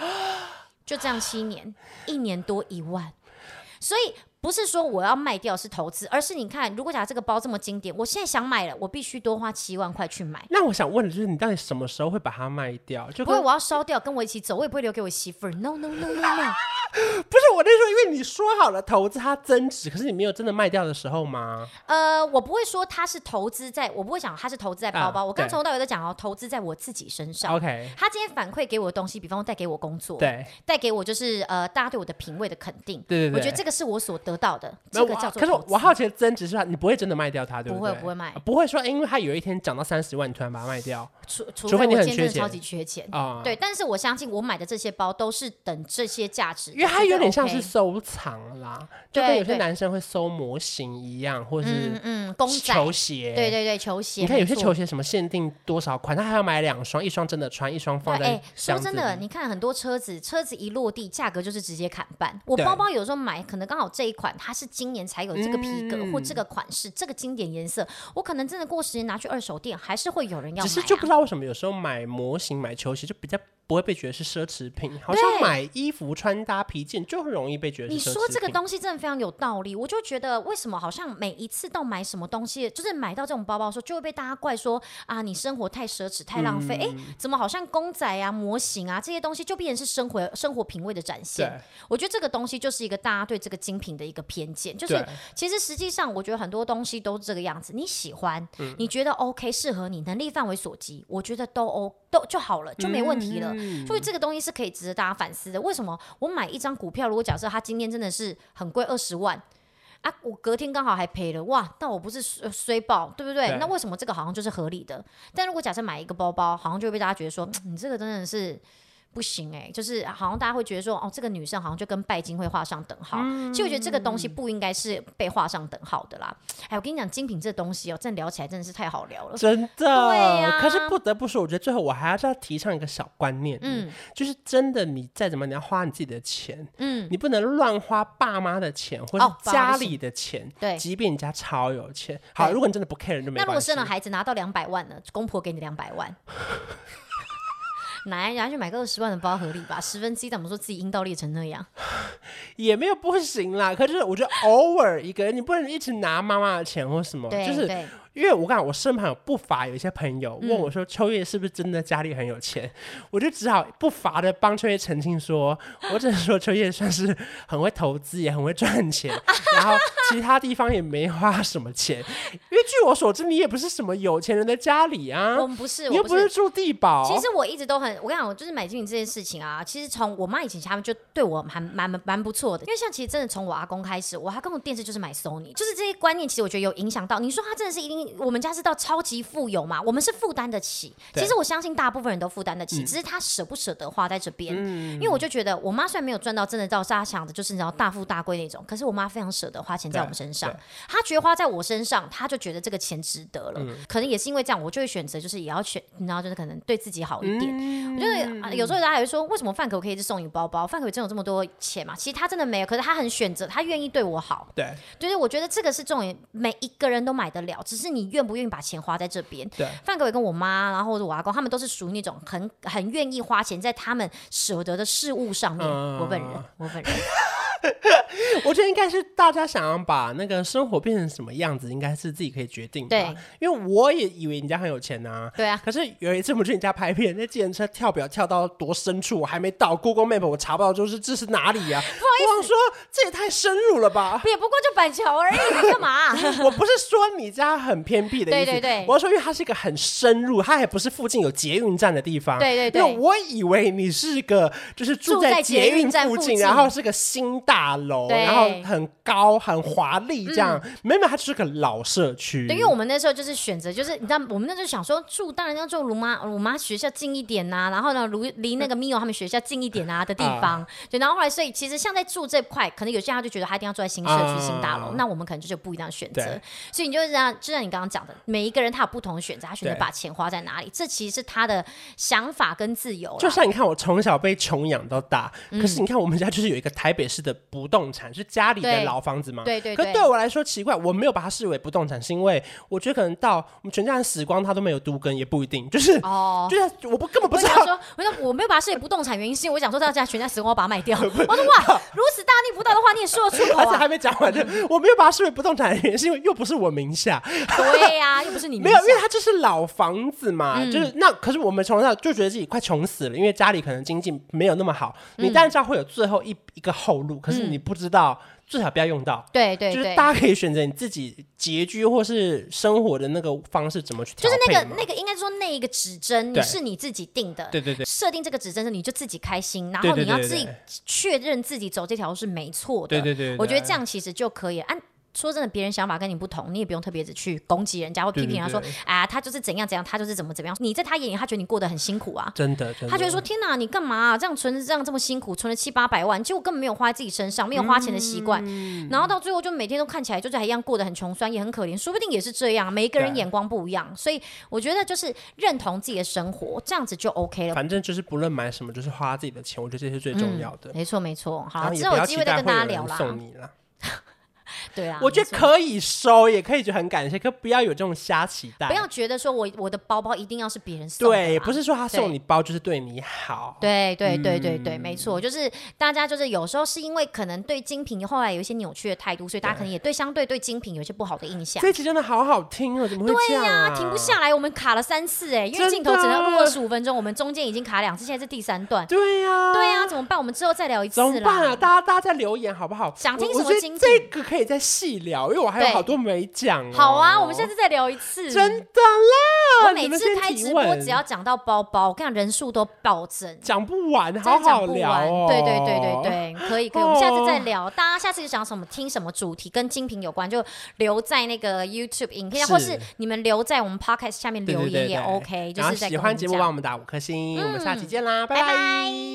Speaker 2: 就这样七年，一年多一万，所以。不是说我要卖掉是投资，而是你看，如果假设这个包这么经典，我现在想买了，我必须多花七万块去买。
Speaker 3: 那我想问的就是，你到底什么时候会把它卖掉？就
Speaker 2: 不
Speaker 3: 跟
Speaker 2: 会，我要烧掉，跟我一起走，我也不会留给我媳妇儿。No no no no no，
Speaker 3: 不是我那时候，因为你说好了投资它增值，可是你没有真的卖掉的时候吗？
Speaker 2: 呃，我不会说它是投资在，我不会讲它是投资在包包。
Speaker 3: 啊
Speaker 2: 我刚
Speaker 3: 对
Speaker 2: 从头到尾都讲哦，投资在我自己身上。
Speaker 3: OK，
Speaker 2: 他今天反馈给我的东西，比方说带给我工作，
Speaker 3: 对，
Speaker 2: 带给我就是呃，大家对我的品味的肯定。
Speaker 3: 对对对
Speaker 2: 我觉得这个是我所得到的，
Speaker 3: 那
Speaker 2: 这个
Speaker 3: 我啊
Speaker 2: 叫做
Speaker 3: 可是
Speaker 2: 投
Speaker 3: 我
Speaker 2: 资。
Speaker 3: 我好奇的增值是吧？啊你不会真的卖掉它，对
Speaker 2: 不
Speaker 3: 对？啊
Speaker 2: 会不会卖
Speaker 3: 不会说因为它有一天涨到三十万，你突然把它卖掉
Speaker 2: 除除
Speaker 3: 除
Speaker 2: 非我
Speaker 3: 非你
Speaker 2: 今
Speaker 3: 很
Speaker 2: 天真的
Speaker 3: 缺
Speaker 2: 超
Speaker 3: 钱
Speaker 2: 级缺钱。
Speaker 3: 啊？
Speaker 2: 对，，但是我相信我买的这些包都是等这些价值的，
Speaker 3: 因为它
Speaker 2: 我觉
Speaker 3: 有
Speaker 2: 得
Speaker 3: 点像是
Speaker 2: OK
Speaker 3: 收藏啦，就跟
Speaker 2: 对
Speaker 3: 有些
Speaker 2: 对
Speaker 3: 男生会收模型一样，或者
Speaker 2: 嗯
Speaker 3: 是
Speaker 2: 嗯公仔，
Speaker 3: 球鞋，
Speaker 2: 对对对球鞋，
Speaker 3: 你看有些
Speaker 2: 没错
Speaker 3: 球鞋什么限定多少款，他还要买两双，一双真的穿，一双放
Speaker 2: 对，哎、
Speaker 3: 在
Speaker 2: 说
Speaker 3: 箱子
Speaker 2: 真
Speaker 3: 里。
Speaker 2: 的，你看很多车子，车子一落地，价格就是直接砍半。我
Speaker 3: 对
Speaker 2: 包包有时候买，可能刚好这一款它是今年才有这个皮革、
Speaker 3: 嗯
Speaker 2: 或这个款式、这个经典颜色，我可能真的过十年拿去二手店，还是会有人要买、啊。
Speaker 3: 只是就不知道为什么有时候买模型、买球鞋就比较不会被觉得是奢侈品，好
Speaker 2: 对
Speaker 3: 像买衣服、穿搭、皮件就很容易被觉得
Speaker 2: 你
Speaker 3: 是奢侈品。
Speaker 2: 说这个东西真的非常有道理，我就觉得为什么好像每一次到买什么东西，就是买到这种包包的时候，就会被大家怪说啊，你生活太奢侈、太浪费。哎、
Speaker 3: 嗯
Speaker 2: 怎么好像公仔啊、模型啊这些东西就变成是生活生活品味的展现
Speaker 3: 对？
Speaker 2: 我觉得这个东西就是一个大家对这个精品的一个偏见，就是
Speaker 3: 对
Speaker 2: 其实实际上我觉得很多东西都是这个样子，你喜欢，你觉得 OK 适合你，能力范围所及，我觉得都 O 都就好了，就没问题了。所以这个东西是可以值得大家反思的。为什么我买一张股票，如果假设它今天真的是很贵，二十万。啊，我隔天刚好还赔了哇！但我不是衰衰爆，对不对？
Speaker 3: 对
Speaker 2: 那为什么这个好像就是合理的？但如果假设买一个包包，好像就会被大家觉得说，嗯你这个真的是不行哎、就是好像大家会觉得说，哦，这个女生好像就跟拜金会画上等号。
Speaker 3: 嗯
Speaker 2: 其实我觉得这个东西不应该是被画上等号的啦。哎，我跟你讲，精品这东西哦，真的聊起来真的是太好聊了。
Speaker 3: 真的，
Speaker 2: 对呀
Speaker 3: 可是不得不说，我觉得最后我还要再提倡一个小观念，嗯，就是真的，你再怎么你要花你自己的钱，
Speaker 2: 嗯，
Speaker 3: 你不能乱花爸妈的钱或
Speaker 2: 哦
Speaker 3: 是家里的钱，
Speaker 2: 对
Speaker 3: 即便你家超有钱，好，
Speaker 2: 对
Speaker 3: 如果你真的不 care 就没
Speaker 2: 那如果
Speaker 3: 关系
Speaker 2: 生了。孩子拿到两百万呢？公婆给你两百万， 拿拿去买个二十万的包合理吧？十分之一，怎么说自己阴道裂成那样？
Speaker 3: 也没有不行啦，可是我觉得偶尔一个人，你不能一直拿妈妈的钱或什么，
Speaker 2: 对、
Speaker 3: 哦就是
Speaker 2: 对，
Speaker 3: 因为我感觉我身旁有不乏有一些朋友
Speaker 2: 嗯
Speaker 3: 问我说，秋叶是不是真的家里很有钱？ 我就只好不乏的帮秋叶澄清说，我只能说秋叶算是很会投资，也很会 赚钱，然后其他地方也没花什么钱。因为据我所知，你也不是什么有钱人的家里啊，
Speaker 2: 我们不是，
Speaker 3: 你
Speaker 2: 我
Speaker 3: 又
Speaker 2: 不
Speaker 3: 不
Speaker 2: 是
Speaker 3: 是住地堡。
Speaker 2: 其实我一直都很，我跟你讲，我就是买精品这件事情啊，其实从我妈以前他们就对我还蛮蛮蛮不错的，因为像其实真的从我阿公开始，我阿公的电视就是买 Sony，就是这些观念，其实我觉得有影响到。你说他真的是一定，我们家是到超级富有嘛，我们是负担得起。
Speaker 3: 对
Speaker 2: 其实我相信大部分人都负担得起，只是他舍不舍得花在这边。因为我就觉得我妈虽然没有赚到真的到大家想的，就是你知道大富大贵那种，可是我妈非常舍得花钱在我们身上
Speaker 3: 对。
Speaker 2: 他觉得花在我身上，他就觉得这个钱值得了。
Speaker 3: 嗯
Speaker 2: 可能也是因为这样，我就会选择就是也要选，你知道，就是可能对自己好一点。
Speaker 3: 嗯
Speaker 2: 我觉得、啊有时候大家也会说，为什么范可可以一直送你包包？范可可真有这么多钱嘛？其实他真的没有，可是他很选择，他愿意对我好。
Speaker 3: 对
Speaker 2: 就是我觉得这个是重点，每一个人都买得了，只是你愿不愿意把钱花在这边。
Speaker 3: 对，
Speaker 2: 范可伟跟我妈，然后我阿公，他们都是属于那种很很愿意花钱在他们舍得的事物上面。
Speaker 3: 嗯
Speaker 2: 我本人，我本人，
Speaker 3: 我觉得应该是大家想要把那个生活变成什么样子，应该是自己可以决定吧。
Speaker 2: 对，
Speaker 3: 因为我也以为你家很有钱呐、
Speaker 2: 对啊，
Speaker 3: 可是有一次我们去你家拍片，那计程车跳表跳到多深处，我还没到 Google Map，我查不到，就是这是
Speaker 2: 。
Speaker 3: 哪里呀、啊我想说这也太深入了吧
Speaker 2: 也不过就板桥而已，你干嘛、啊
Speaker 3: 我不是说你家很偏僻的意思，
Speaker 2: 对对对
Speaker 3: 我是说因为它是一个很深入，它还不是附近有捷运站的地方。
Speaker 2: 对对对
Speaker 3: 因为我以为你是个就是
Speaker 2: 住
Speaker 3: 住
Speaker 2: 在
Speaker 3: 在
Speaker 2: 捷
Speaker 3: 捷
Speaker 2: 运
Speaker 3: 运
Speaker 2: 站
Speaker 3: 附
Speaker 2: 附
Speaker 3: 近，
Speaker 2: 近啊
Speaker 3: 然后是个新大楼，
Speaker 2: 对嗯
Speaker 3: 然后很高很华丽这样，没有，没有它就是个老社区。
Speaker 2: 对，因为我们那时候就是选择，就是你知道，我们那时候想说住，当然要住卢妈卢妈学校近一点呐、然后呢，卢离那个 Mio 他们学校近一点啊的地方。就然后后来，所以其实像在住这块，可能有些人他就觉得他一定要住在新社区、
Speaker 3: 啊
Speaker 2: 新大楼，那我们可能就是有不一样的选择
Speaker 3: 对。
Speaker 2: 所以你就是让，就像你刚刚讲的，每一个人他有不同的选择，他选择
Speaker 3: 对
Speaker 2: 把钱花在哪里，这其实是他的想法跟自由啦。嗯
Speaker 3: 就像你看，我从小被穷养到大，可是你看我们家就是有一个台北市的不动产，是家里的
Speaker 2: 对
Speaker 3: 老房子嘛。
Speaker 2: 对对
Speaker 3: 可是对我来说奇怪，我没有把它视为不动产，是因为我觉得可能到我们全家人死光，它都没有都跟，也不一定，就是、
Speaker 2: 哦。
Speaker 3: 就是我不根本不
Speaker 2: 我
Speaker 3: 知
Speaker 2: 想
Speaker 3: 道。
Speaker 2: 说，我想我没有把它视为不动产，原因是因为我想说大家全家死光，我把它卖 掉。我说哇，如此大逆不道的话，你也说得出口
Speaker 3: 而且还
Speaker 2: 啊？
Speaker 3: 没讲完，就我没有把它视为不动产的原因，是因为又不是我名下，
Speaker 2: 嗯对呀、又不是你
Speaker 3: 没
Speaker 2: 名
Speaker 3: 有
Speaker 2: 下，，
Speaker 3: 因为它就是老房子嘛，
Speaker 2: 嗯
Speaker 3: 就是那可是我们从小就觉得自己快穷死了，因为家里可能经济没有那么好，你
Speaker 2: 嗯
Speaker 3: 当然知道会有最后一一个后路，可是你不知道，最好不要用到。
Speaker 2: 对对
Speaker 3: 就
Speaker 2: 对
Speaker 3: 是，大家可以选择你自己拮据或是生活的那个方式怎么去
Speaker 2: 就
Speaker 3: 调
Speaker 2: 是
Speaker 3: 配
Speaker 2: 那
Speaker 3: 嘛。
Speaker 2: 个那个，应该说那一个指针，你
Speaker 3: 对
Speaker 2: 是你自己定的。
Speaker 3: 对对对
Speaker 2: 设定这个指针是你就自己开心，然
Speaker 3: 对
Speaker 2: 后
Speaker 3: 对
Speaker 2: 你要
Speaker 3: 对
Speaker 2: 自己
Speaker 3: 对
Speaker 2: 确认自己走这条路是没错的。
Speaker 3: 对对对对
Speaker 2: 我觉得这样其实就可以。按说真的，别人想法跟你不同，你也不用特别的去攻击人家或批评他说
Speaker 3: 对对
Speaker 2: 啊，他就是怎样怎样，他就是怎么怎么样。你在他眼里，他觉得你过得很辛苦啊。
Speaker 3: 真的，真的
Speaker 2: 他觉得说：“天哪，你干嘛啊、这样存这样这么辛苦，存了七八百万，结果根本没有花在自己身上，没有花钱的习惯，
Speaker 3: 嗯
Speaker 2: 然后到最后就每天都看起来就是还一样过得很穷酸，也很可怜，说不定也是这样。每一个人
Speaker 3: 对
Speaker 2: 眼光不一样，所以我觉得就是认同自己的生活，这样子就 OK 了。
Speaker 3: 反正就是不论买什么，就是花自己的钱，我觉得这是最重要的。
Speaker 2: 没错没错，嗯
Speaker 3: 然
Speaker 2: 好，
Speaker 3: 后也
Speaker 2: 之
Speaker 3: 不
Speaker 2: 后有
Speaker 3: 要
Speaker 2: 机
Speaker 3: 期
Speaker 2: 会再
Speaker 3: 待
Speaker 2: 跟
Speaker 3: 会
Speaker 2: 大家
Speaker 3: 有
Speaker 2: 聊
Speaker 3: 人
Speaker 2: 啦。
Speaker 3: 送你啦。
Speaker 2: 对啊，
Speaker 3: 我觉
Speaker 2: 没
Speaker 3: 得
Speaker 2: 错
Speaker 3: 可以收，也可以就很感谢，可不要有这种瞎期待。
Speaker 2: 不要觉得说我我的包包一定要是别人送的啦，
Speaker 3: 对，不是说他
Speaker 2: 对
Speaker 3: 送你包就是对你好。
Speaker 2: 对对对对对，没
Speaker 3: 嗯
Speaker 2: 错，就是大家就是有时候是因为可能对精品后来有一些扭曲的态度，所以大家可能也对相对对精品有一些不好的印象。
Speaker 3: 这一集真的好好听哦，怎么会这
Speaker 2: 对
Speaker 3: 样、
Speaker 2: 呀、停不。下来，我们卡了三次哎，因为
Speaker 3: 真
Speaker 2: 镜头只能录
Speaker 3: 的啊
Speaker 2: 二十五分钟，我们中间已经卡两次，现在是第三段。
Speaker 3: 对呀、
Speaker 2: 对呀、怎么办？我们之后再聊一次
Speaker 3: 啊怎么办啊？
Speaker 2: 啦。
Speaker 3: 大家大家再留言好不好？
Speaker 2: 想听
Speaker 3: 我
Speaker 2: 什么
Speaker 3: 我觉得
Speaker 2: 精品
Speaker 3: 这个可以再细聊，因为我还有
Speaker 2: 对
Speaker 3: 好多没讲、哦。
Speaker 2: 好啊，我们下次再聊一次。
Speaker 3: 真的啊啦，
Speaker 2: 我每
Speaker 3: 你们
Speaker 2: 次
Speaker 3: 先
Speaker 2: 开
Speaker 3: 提
Speaker 2: 直播
Speaker 3: 问
Speaker 2: 只要讲到包包，我跟你讲人数都暴增。
Speaker 3: 讲不完，好
Speaker 2: 真的
Speaker 3: 好
Speaker 2: 讲不
Speaker 3: 聊
Speaker 2: 完，
Speaker 3: 哦。
Speaker 2: 对对对对对，可以可以，我 们下次再
Speaker 3: 哦
Speaker 2: 聊。大家下次想什么听什么主题跟精品有关，就留在那个 YouTube 影片，
Speaker 3: 是
Speaker 2: 或是你们留在我们 Podcast 下面
Speaker 3: 对
Speaker 2: 留
Speaker 3: 对对
Speaker 2: 言也
Speaker 3: 对
Speaker 2: OK，就
Speaker 3: 然后
Speaker 2: 是在
Speaker 3: 喜
Speaker 2: 跟我
Speaker 3: 欢
Speaker 2: 们
Speaker 3: 节目
Speaker 2: 讲嗯
Speaker 3: 帮我们打五颗星，我们下期见啦，
Speaker 2: 拜
Speaker 3: 拜
Speaker 2: 拜